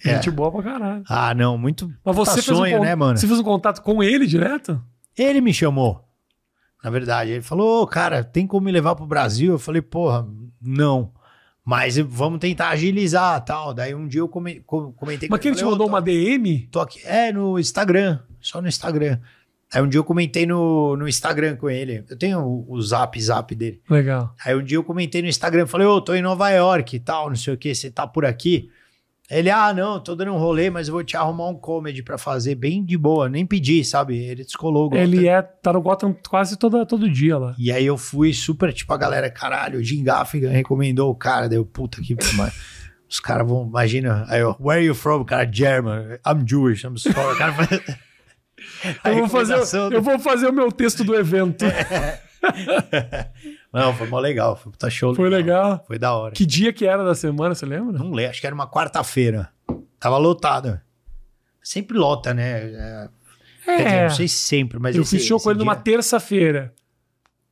Speaker 2: É.
Speaker 1: Gente boa pra caralho.
Speaker 2: Ah, não, muito.
Speaker 1: Mas
Speaker 2: puta
Speaker 1: você fez,
Speaker 2: sonho,
Speaker 1: um, con-
Speaker 2: né, mano?
Speaker 1: você fez um contato com ele direto?
Speaker 2: Ele me chamou. Na verdade, ele falou: "Ô, cara, tem como me levar pro Brasil? Eu falei: porra, não. Mas vamos tentar agilizar tal. Daí um dia eu come- co- comentei
Speaker 1: Mas quem
Speaker 2: ele
Speaker 1: te
Speaker 2: falei, "Ô,
Speaker 1: mandou
Speaker 2: tô-
Speaker 1: uma DM?
Speaker 2: Tô aqui. É, no Instagram. Só no Instagram. Aí um dia eu comentei no, no Instagram com ele. Eu tenho o, o zap zap dele.
Speaker 1: Legal.
Speaker 2: Aí um dia eu comentei no Instagram, falei, ô, tô em Nova York e tal, não sei o que, você tá por aqui? Ele, ah, não, tô dando um rolê, mas eu vou te arrumar um comedy pra fazer bem de boa, nem pedi, sabe? Ele descolou. o
Speaker 1: Ele
Speaker 2: Gotham.
Speaker 1: é, tá no Gotham quase toda, todo dia lá.
Speaker 2: E aí eu fui super, tipo, a galera, caralho, o Jim Gaffigan recomendou o cara, deu puta que... mas Os caras vão, imagina, aí eu, where are you from, cara? German, I'm Jewish, I'm sorry, o cara... fala- A
Speaker 1: Eu vou, fazer,
Speaker 2: recomendação do- É.
Speaker 1: eu vou fazer o meu texto do evento.
Speaker 2: Não, foi mó legal, foi puta show.
Speaker 1: Foi legal.
Speaker 2: Foi da hora.
Speaker 1: Que dia que era da semana, você lembra?
Speaker 2: Não lembro, acho que era uma quarta-feira. Tava lotado. Sempre lota, né? É, Quer dizer, não sei se sempre, mas
Speaker 1: eu
Speaker 2: esse-
Speaker 1: fiz show
Speaker 2: esse
Speaker 1: com ele numa
Speaker 2: dia
Speaker 1: terça-feira.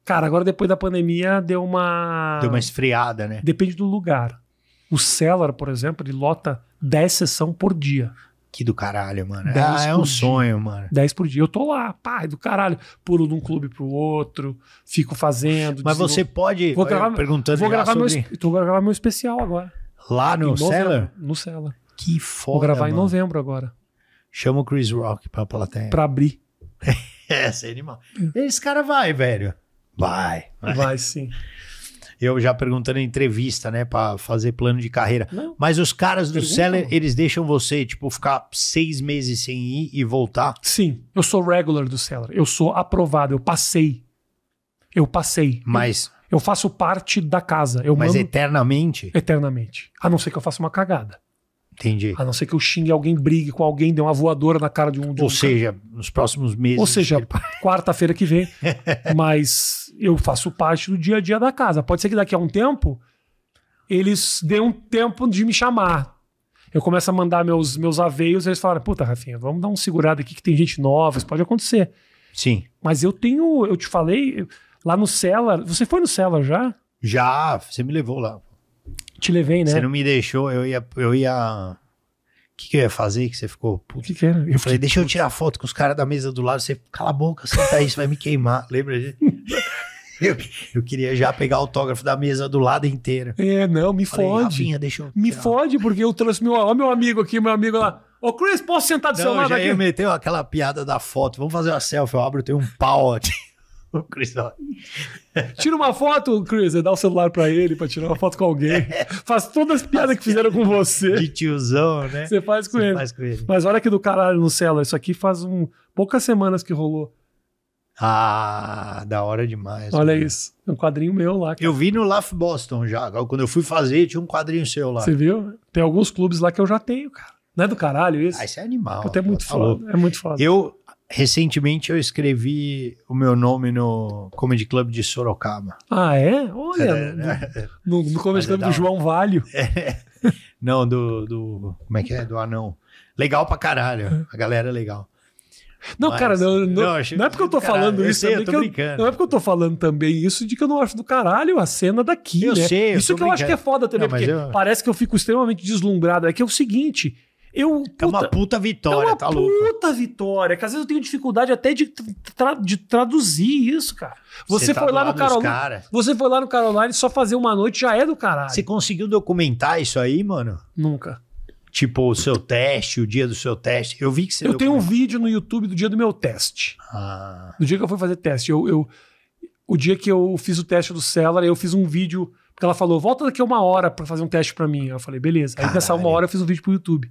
Speaker 1: Cara, agora depois da pandemia deu uma...
Speaker 2: Deu uma esfriada, né?
Speaker 1: Depende do lugar. O Cellar, por exemplo, ele lota 10 sessão por dia.
Speaker 2: Que do caralho, mano.
Speaker 1: Dez
Speaker 2: Ah, é um
Speaker 1: por dia.
Speaker 2: sonho, mano.
Speaker 1: 10 por dia. Eu tô lá, pai do caralho. Pulo de um clube pro outro, fico fazendo.
Speaker 2: Mas você pode.
Speaker 1: Vou
Speaker 2: olha,
Speaker 1: gravar-
Speaker 2: perguntando
Speaker 1: Vou
Speaker 2: já
Speaker 1: gravar, meu,
Speaker 2: sobre-
Speaker 1: es- tô- vou gravar meu especial agora.
Speaker 2: Lá
Speaker 1: Em
Speaker 2: no
Speaker 1: novembro.
Speaker 2: Cellar?
Speaker 1: No Cellar.
Speaker 2: Que foda.
Speaker 1: Vou gravar em
Speaker 2: mano.
Speaker 1: novembro agora.
Speaker 2: Chama o Chris Rock pra plateia.
Speaker 1: Pra abrir.
Speaker 2: É, esse animal. Esse cara vai, velho. Vai.
Speaker 1: Vai sim.
Speaker 2: Eu já perguntando em entrevista, né, Pra fazer plano de carreira.
Speaker 1: Não.
Speaker 2: Mas os caras do
Speaker 1: Pergunta,
Speaker 2: Seller,
Speaker 1: mano.
Speaker 2: eles deixam você, tipo, ficar seis meses sem ir e voltar.
Speaker 1: Sim, eu sou regular do Cellar. Eu sou aprovado. Eu passei. Eu passei.
Speaker 2: Mas,
Speaker 1: Eu faço parte da casa. Eu
Speaker 2: mas é-
Speaker 1: mando
Speaker 2: eternamente.
Speaker 1: eternamente. A não ser que eu faça uma cagada.
Speaker 2: Entendi.
Speaker 1: A não ser que eu xingue alguém, brigue com alguém, dê uma voadora na cara de um. De um cara.
Speaker 2: Ou seja, nos próximos meses.
Speaker 1: Ou seja,
Speaker 2: ele-
Speaker 1: quarta-feira que vem. mas eu faço parte do dia a dia da casa. Pode ser que daqui a um tempo eles dêem um tempo de me chamar. Eu começo a mandar meus, meus aveios, eles falam: puta, Rafinha, vamos dar um segurado aqui que tem gente nova, isso pode acontecer.
Speaker 2: Sim.
Speaker 1: Mas eu tenho, eu te falei, eu- Lá no Cellar. Você foi no Cellar já?
Speaker 2: Já, você me levou lá.
Speaker 1: Te levei, né?
Speaker 2: Você não me deixou, eu ia. Eu ia... O que, que eu ia fazer que você ficou
Speaker 1: O
Speaker 2: puto?
Speaker 1: que que era?
Speaker 2: Eu falei, deixa eu tirar foto com os caras da mesa do lado. Você, cala a boca, senta aí, você vai me queimar. Lembra disso? Eu, eu queria já pegar autógrafo da mesa do lado inteira.
Speaker 1: É, não, me
Speaker 2: Falei,
Speaker 1: fode.
Speaker 2: Rafinha, é, deixa eu.
Speaker 1: Me
Speaker 2: tirar.
Speaker 1: fode, porque eu trouxe meu. Ó, meu amigo aqui, meu amigo lá. Ô, Chris, posso sentar do seu
Speaker 2: Não,
Speaker 1: lado
Speaker 2: já
Speaker 1: aqui?
Speaker 2: ia meter aquela piada da foto. Vamos fazer uma selfie. Eu abro, tem um pau aqui. O Cris, ó,
Speaker 1: Tira uma foto, Chris. Dá o celular pra ele pra tirar uma foto com alguém. Faz todas as piadas que fizeram com você.
Speaker 2: de tiozão, né?
Speaker 1: Você faz com ele.
Speaker 2: Faz com ele.
Speaker 1: Mas olha que do caralho no Cellar. Isso aqui faz um, poucas semanas que rolou.
Speaker 2: Ah, da hora demais.
Speaker 1: Olha
Speaker 2: mano.
Speaker 1: isso. É um quadrinho meu lá. que
Speaker 2: Eu vi no Laugh Boston já. Quando eu fui fazer, tinha um quadrinho seu lá.
Speaker 1: Você viu? Tem alguns clubes lá que eu já tenho, cara. Não é do caralho isso?
Speaker 2: Ah, isso é animal.
Speaker 1: Puta, é muito
Speaker 2: Tá louco.
Speaker 1: foda. É muito foda.
Speaker 2: Eu, recentemente, eu escrevi o meu nome no Comedy Club de Sorocaba.
Speaker 1: Ah, é? Olha.
Speaker 2: É,
Speaker 1: no- No, no Comedy
Speaker 2: Mas é
Speaker 1: Club
Speaker 2: da
Speaker 1: do
Speaker 2: hora.
Speaker 1: João Valho.
Speaker 2: Não, do, do... Como é que é? Do anão. Legal pra caralho. A galera é legal.
Speaker 1: Não,
Speaker 2: Mas-
Speaker 1: cara, não, não,
Speaker 2: Não, achei-
Speaker 1: não é porque eu tô
Speaker 2: caralho,
Speaker 1: falando
Speaker 2: eu
Speaker 1: isso.
Speaker 2: sei,
Speaker 1: também
Speaker 2: eu tô
Speaker 1: que
Speaker 2: brincando.
Speaker 1: não é porque eu tô falando também isso de que eu não acho do caralho a cena daqui,
Speaker 2: Eu
Speaker 1: né?
Speaker 2: sei, eu
Speaker 1: isso
Speaker 2: tô
Speaker 1: que eu acho que é
Speaker 2: brincando.
Speaker 1: foda também,
Speaker 2: Não, mas
Speaker 1: porque
Speaker 2: eu-
Speaker 1: parece que eu fico extremamente deslumbrado. É que é o seguinte, eu...
Speaker 2: É uma
Speaker 1: puta-
Speaker 2: puta vitória,
Speaker 1: é uma
Speaker 2: tá louco?
Speaker 1: puta vitória, que às vezes eu tenho dificuldade até de, tra- de traduzir isso, cara. Você,
Speaker 2: tá
Speaker 1: foi
Speaker 2: do
Speaker 1: lá no
Speaker 2: lado dos
Speaker 1: Caroline...
Speaker 2: cara.
Speaker 1: Você foi lá no Caroline só fazer uma noite já é do caralho.
Speaker 2: Você conseguiu documentar isso aí, mano?
Speaker 1: Nunca.
Speaker 2: Tipo, o seu teste, o dia do seu teste. Eu vi que você é
Speaker 1: eu tenho um
Speaker 2: documentou.
Speaker 1: vídeo no YouTube do dia do meu teste.
Speaker 2: Ah,
Speaker 1: No dia que eu fui fazer teste, eu, eu- o dia que eu fiz o teste do Cellar, eu fiz um vídeo porque ela falou: "Volta daqui a uma hora pra fazer um teste pra mim". Eu falei: "Beleza". Aí nessa
Speaker 2: Caralho.
Speaker 1: uma hora eu fiz um vídeo pro YouTube.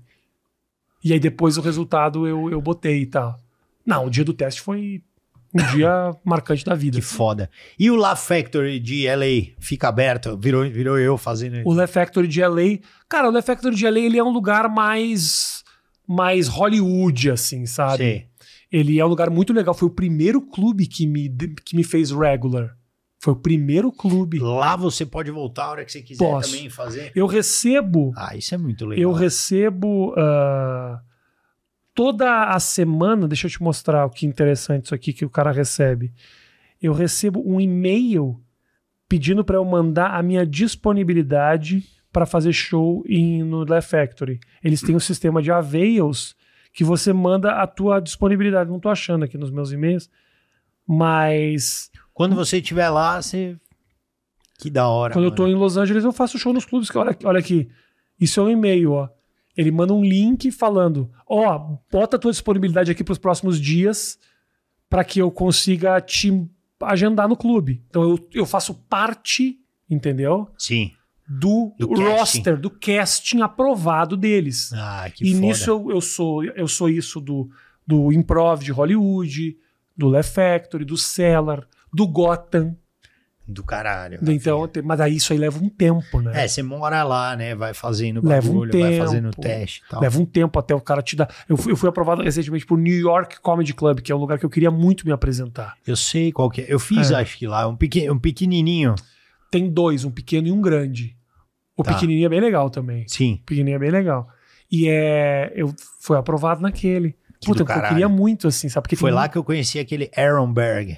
Speaker 1: E aí depois o resultado eu, eu botei e tal. Não, o dia do teste foi um dia marcante da vida.
Speaker 2: que foda. E o La Factory de LA fica aberto? Virou, virou eu fazendo
Speaker 1: O Le Factory de LA. Cara, o Le Factory de LA ele é um lugar mais. mais Hollywood, assim, sabe?
Speaker 2: Sim.
Speaker 1: Ele é um lugar muito legal. Foi o primeiro clube que me, que me fez regular. Foi o primeiro clube.
Speaker 2: Lá você pode voltar a hora que você quiser
Speaker 1: Posso.
Speaker 2: também fazer.
Speaker 1: Eu recebo.
Speaker 2: Ah, isso é muito legal.
Speaker 1: Eu recebo. ah, toda a semana. Deixa eu te mostrar o que interessante isso aqui que o cara recebe. Eu recebo um e-mail pedindo para eu mandar a minha disponibilidade para fazer show em, no Le Factory. Eles têm um sistema de avails que você manda a tua disponibilidade. Não tô achando aqui nos meus e-mails, mas
Speaker 2: Quando você estiver lá, você. Que da hora.
Speaker 1: Quando eu
Speaker 2: mano.
Speaker 1: tô em Los Angeles, eu faço show nos clubes. que- Olha, olha aqui. Isso é um e-mail, ó. Ele manda um link falando: ó, bota a tua disponibilidade aqui pros próximos dias pra que eu consiga te agendar no clube. Então eu, eu faço parte, entendeu?
Speaker 2: Sim.
Speaker 1: Do,
Speaker 2: Do casting.
Speaker 1: roster, do casting aprovado deles.
Speaker 2: Ah, que
Speaker 1: e
Speaker 2: foda.
Speaker 1: nisso eu, eu sou eu sou isso do, do improv de Hollywood, do Le Factory, do Cellar, do Gotham.
Speaker 2: Do caralho.
Speaker 1: Então, tem- mas aí isso aí leva um tempo, né?
Speaker 2: É, você mora lá, né? Vai fazendo
Speaker 1: Leva um
Speaker 2: bagulho, vai
Speaker 1: tempo.
Speaker 2: fazendo teste e tal.
Speaker 1: Leva um tempo até o cara te dar. Eu fui, eu fui aprovado recentemente pro New York Comedy Club, que é um lugar que eu queria muito me apresentar.
Speaker 2: Eu sei qual que é. Eu fiz,
Speaker 1: É.
Speaker 2: acho que lá, um, pequen, um pequenininho.
Speaker 1: Tem dois, um pequeno e um grande. O
Speaker 2: Tá.
Speaker 1: pequenininho é bem legal também.
Speaker 2: Sim.
Speaker 1: O pequenininho é bem legal. E é. Eu fui aprovado naquele.
Speaker 2: Que
Speaker 1: Puta,
Speaker 2: do
Speaker 1: porque eu
Speaker 2: caralho.
Speaker 1: queria muito, assim, sabe? Porque
Speaker 2: Foi
Speaker 1: tem-
Speaker 2: lá que eu conheci aquele Aaron Berg.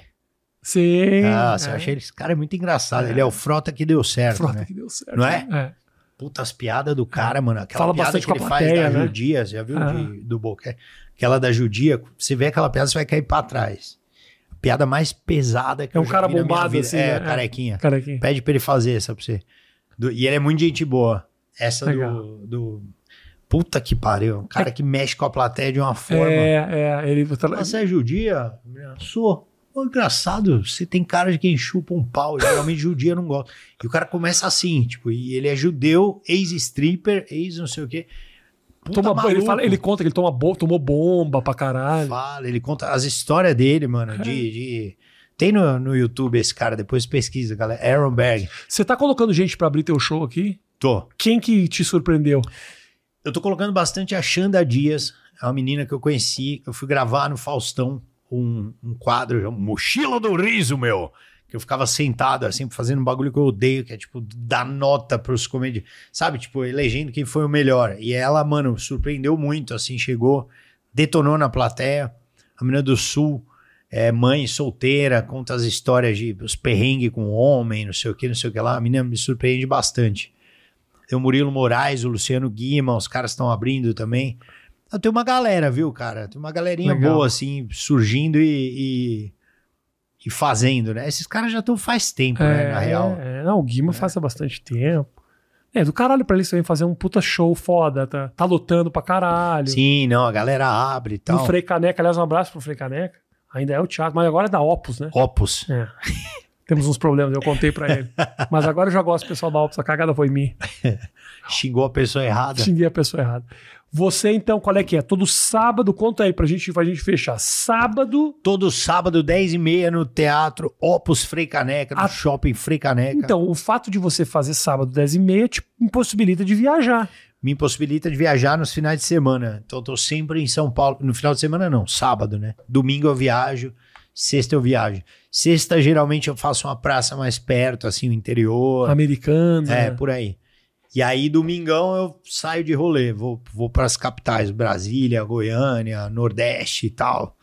Speaker 1: Sim.
Speaker 2: Ah, você
Speaker 1: é.
Speaker 2: achei esse cara é muito engraçado. Ele é o frota que deu certo,
Speaker 1: Frota
Speaker 2: né?
Speaker 1: que deu certo.
Speaker 2: Não é?
Speaker 1: É.
Speaker 2: Putas piadas do cara, mano. Aquela
Speaker 1: Fala
Speaker 2: piada
Speaker 1: bastante
Speaker 2: que
Speaker 1: com a
Speaker 2: ele
Speaker 1: plateia,
Speaker 2: faz da
Speaker 1: né?
Speaker 2: judia, você já viu
Speaker 1: Ah.
Speaker 2: de- do Boca? Aquela da judia, você vê aquela piada, você vai cair pra trás. A piada mais pesada que
Speaker 1: É um
Speaker 2: eu já
Speaker 1: cara
Speaker 2: vi na minha
Speaker 1: bombado,
Speaker 2: vida.
Speaker 1: assim,
Speaker 2: É,
Speaker 1: né?
Speaker 2: carequinha.
Speaker 1: Cara aqui.
Speaker 2: Pede pra ele fazer essa pra você. Do- e ele é muito gente boa. Essa
Speaker 1: Legal.
Speaker 2: do, do- Puta que pariu. Um cara que mexe com a plateia de uma forma.
Speaker 1: É, é, ele.
Speaker 2: Nossa, é judia? Sou. Ô, engraçado, você tem cara de quem chupa um pau. Geralmente judia não gosta. E o cara começa assim, tipo, e ele é judeu, ex-stripper, ex não sei o quê. Puta
Speaker 1: Toma, ele,
Speaker 2: maluco.
Speaker 1: fala, ele conta que ele toma bo- tomou bomba pra caralho.
Speaker 2: Fala, ele conta as histórias dele, mano.
Speaker 1: É.
Speaker 2: De, de- Tem no, no YouTube esse cara, depois pesquisa, galera. Aaron Berg.
Speaker 1: Você tá colocando gente pra abrir teu show aqui?
Speaker 2: Tô.
Speaker 1: Quem que te surpreendeu?
Speaker 2: Eu tô colocando bastante a Xanda Dias, é uma menina que eu conheci. Eu fui gravar no Faustão um, um quadro, um Mochila do Riso, meu. Que eu ficava sentado, assim, fazendo um bagulho que eu odeio, que é tipo, dar nota pros comediantes. Sabe, tipo, elegendo quem foi o melhor. E ela, mano, surpreendeu muito, assim, chegou, detonou na plateia. A menina do Sul. é, mãe solteira, conta as histórias de os perrengues com homem, não sei o que, não sei o que lá. A menina me surpreende bastante. Tem o Murilo Moraes, o Luciano Guima, os caras estão abrindo também. Ah, Tem uma galera, viu, cara? Tem uma galerinha
Speaker 1: Legal.
Speaker 2: boa, assim, surgindo e, e, e fazendo, né? Esses caras já estão faz tempo, né? Na real. Né?
Speaker 1: é, não, o Guima faz há bastante tempo. É, do caralho pra ele também fazer um puta show foda, tá, tá lutando pra caralho.
Speaker 2: Sim, então. não, a galera abre e
Speaker 1: é. Do
Speaker 2: tal.
Speaker 1: Frei Caneca, aliás, um abraço pro Frei Caneca. Ainda é o teatro, mas agora é da Opus, né?
Speaker 2: Opus.
Speaker 1: É. Temos uns problemas, eu contei pra ele. Mas agora eu já gosto do pessoal da Opus, a cagada foi minha.
Speaker 2: Xingou a pessoa errada.
Speaker 1: Xinguei a pessoa errada. Você, então, qual é que é? Todo sábado, conta aí pra gente, pra gente fechar. Sábado,
Speaker 2: Todo sábado, 10h30, no Teatro Opus Frei Caneca, no
Speaker 1: Ah.
Speaker 2: Shopping Frei Caneca.
Speaker 1: então, o fato de você fazer sábado 10 e meia te impossibilita de viajar.
Speaker 2: me impossibilita de viajar nos finais de semana. Então eu tô sempre em São Paulo. No final de semana não, sábado, né? Domingo eu viajo, sexta eu viajo. Sexta geralmente eu faço uma praça mais perto, assim, o interior,
Speaker 1: Americana.
Speaker 2: é, por aí. E aí domingão eu saio de rolê, vou, vou para as capitais, Brasília, Goiânia, Nordeste e tal.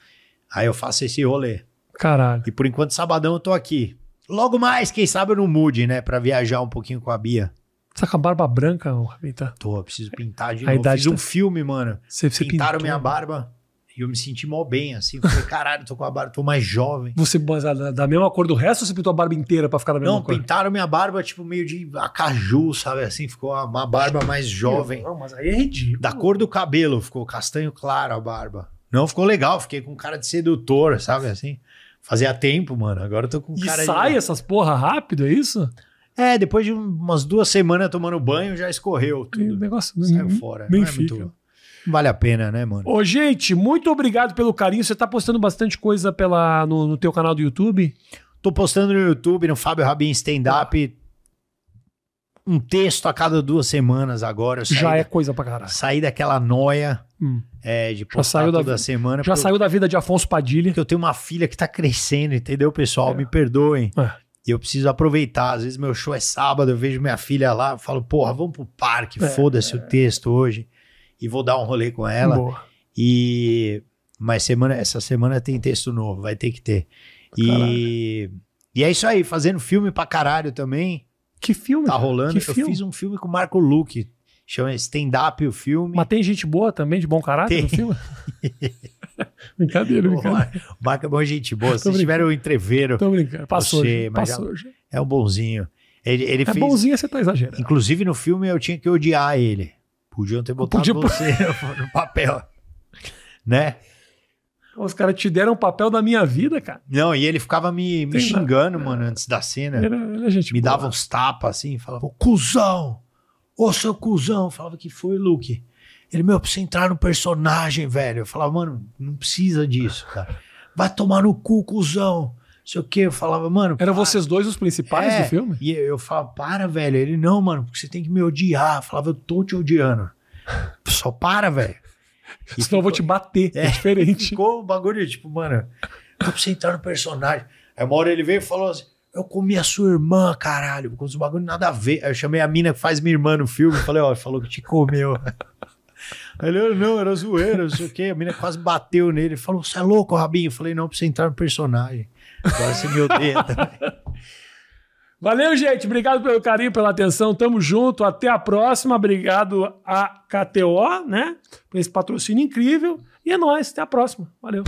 Speaker 2: Aí eu faço esse rolê.
Speaker 1: Caralho.
Speaker 2: E por enquanto sabadão eu tô aqui. Logo mais, quem sabe eu não mude, né, Pra viajar um pouquinho com a Bia.
Speaker 1: Você tá com a barba branca, ô, Rabita?
Speaker 2: Tô, preciso pintar de
Speaker 1: A
Speaker 2: novo.
Speaker 1: idade
Speaker 2: Fiz
Speaker 1: tá-
Speaker 2: um filme, mano.
Speaker 1: Você, você
Speaker 2: pintaram
Speaker 1: pintou.
Speaker 2: minha barba e eu me senti mó bem, assim. Eu falei, caralho, tô com a barba, tô mais jovem.
Speaker 1: Você mas, da, da mesma cor do resto ou você pintou a barba inteira pra ficar da mesma
Speaker 2: Não,
Speaker 1: cor?
Speaker 2: pintaram minha barba, tipo, meio de acaju, sabe assim? Ficou uma, uma barba mais jovem.
Speaker 1: Não, mas aí é ridículo.
Speaker 2: Da cor do cabelo, ficou castanho claro a barba. Não, ficou legal, fiquei com cara de sedutor, sabe assim? Fazia tempo, mano. Agora eu tô com
Speaker 1: E
Speaker 2: cara né?
Speaker 1: sai assim?
Speaker 2: de.
Speaker 1: essas porra rápido, é isso?
Speaker 2: É, depois de umas duas semanas tomando banho, já escorreu
Speaker 1: O
Speaker 2: tudo.
Speaker 1: negócio
Speaker 2: Saiu fora.
Speaker 1: Nem
Speaker 2: não é
Speaker 1: fica.
Speaker 2: muito. Não vale a pena, né, mano?
Speaker 1: Ô, gente, muito obrigado pelo carinho. Você tá postando bastante coisa pela, no, no teu canal do YouTube?
Speaker 2: Tô postando no YouTube, no Fábio Rabin Stand Up. Um texto a cada duas semanas agora. Eu saí,
Speaker 1: Já é
Speaker 2: da-
Speaker 1: coisa pra caralho.
Speaker 2: saí daquela noia
Speaker 1: Hum.
Speaker 2: é, de postar
Speaker 1: saiu da
Speaker 2: toda
Speaker 1: vida.
Speaker 2: semana.
Speaker 1: Já
Speaker 2: porque
Speaker 1: saiu da vida de Afonso Padilha.
Speaker 2: Eu, porque eu tenho uma filha que tá crescendo, entendeu, pessoal?
Speaker 1: É.
Speaker 2: Me perdoem.
Speaker 1: É.
Speaker 2: E eu preciso aproveitar. Às vezes meu show é sábado, eu vejo minha filha lá, eu falo, porra, vamos pro parque,
Speaker 1: É.
Speaker 2: foda-se o texto hoje. E vou dar um rolê com ela.
Speaker 1: Boa.
Speaker 2: E mas semana, essa semana tem texto novo, vai ter que ter. E e é isso aí, fazendo filme pra caralho também.
Speaker 1: Que filme?
Speaker 2: Tá
Speaker 1: cara?
Speaker 2: rolando.
Speaker 1: Uhum. Que
Speaker 2: Eu
Speaker 1: filme?
Speaker 2: fiz um filme com o Marco Luque, chama Stand Up o filme.
Speaker 1: Mas tem gente boa também, de bom caráter no
Speaker 2: Tem.
Speaker 1: filme? brincadeira,
Speaker 2: Porra,
Speaker 1: brincadeira.
Speaker 2: Marco- Marco é bom gente boa,
Speaker 1: né? Tô
Speaker 2: se tiver um entreveiro,
Speaker 1: Tô brincando. Passou,
Speaker 2: Você,
Speaker 1: gente.
Speaker 2: mas
Speaker 1: Passou, gente.
Speaker 2: é um bonzinho. Ele, ele
Speaker 1: É
Speaker 2: fez,
Speaker 1: bonzinho, você tá exagerando.
Speaker 2: inclusive no filme eu tinha que odiar ele. Podiam ter botado
Speaker 1: Podia-
Speaker 2: você no papel. Né?
Speaker 1: Os caras te deram o papel da minha vida, cara.
Speaker 2: Não, e ele ficava me, me
Speaker 1: Tem-
Speaker 2: xingando, mano, antes da cena.
Speaker 1: Ele, ele é gente
Speaker 2: me
Speaker 1: boa.
Speaker 2: dava uns tapas assim, falava, ô cuzão, ô seu cuzão, Eu falava que foi, Luke. Ele, meu, eu preciso entrar no personagem, velho. Eu falava, mano, não precisa disso, cara. Vai tomar no cu, cuzão. Não sei o quê. Eu falava, mano.
Speaker 1: Eram
Speaker 2: para."
Speaker 1: vocês dois os principais
Speaker 2: É.
Speaker 1: do filme?
Speaker 2: E eu falava, para, velho. Ele, não, mano, porque você tem que me odiar. Eu falava, eu tô te odiando. Só para, velho. E
Speaker 1: Senão eu vou te bater. É, diferente.
Speaker 2: ficou o bagulho, tipo, mano, eu preciso entrar no personagem. Aí uma hora ele veio e falou assim: Eu comi a sua irmã, caralho, com os bagulho nada a ver. Aí eu chamei a mina que faz minha irmã no filme, falei, ó, falou que te comeu. Aí Ele, "Eu não, era zoeira, não sei o quê. A mina quase bateu nele. Falou, você é louco, Rabinho? Eu falei, não, precisa entrar no personagem. Agora você me odeia também.
Speaker 1: Valeu, gente. Obrigado pelo carinho, pela atenção. Tamo junto. Até a próxima. Obrigado a KTO, né? Por esse patrocínio incrível. E é nóis. Até a próxima. Valeu.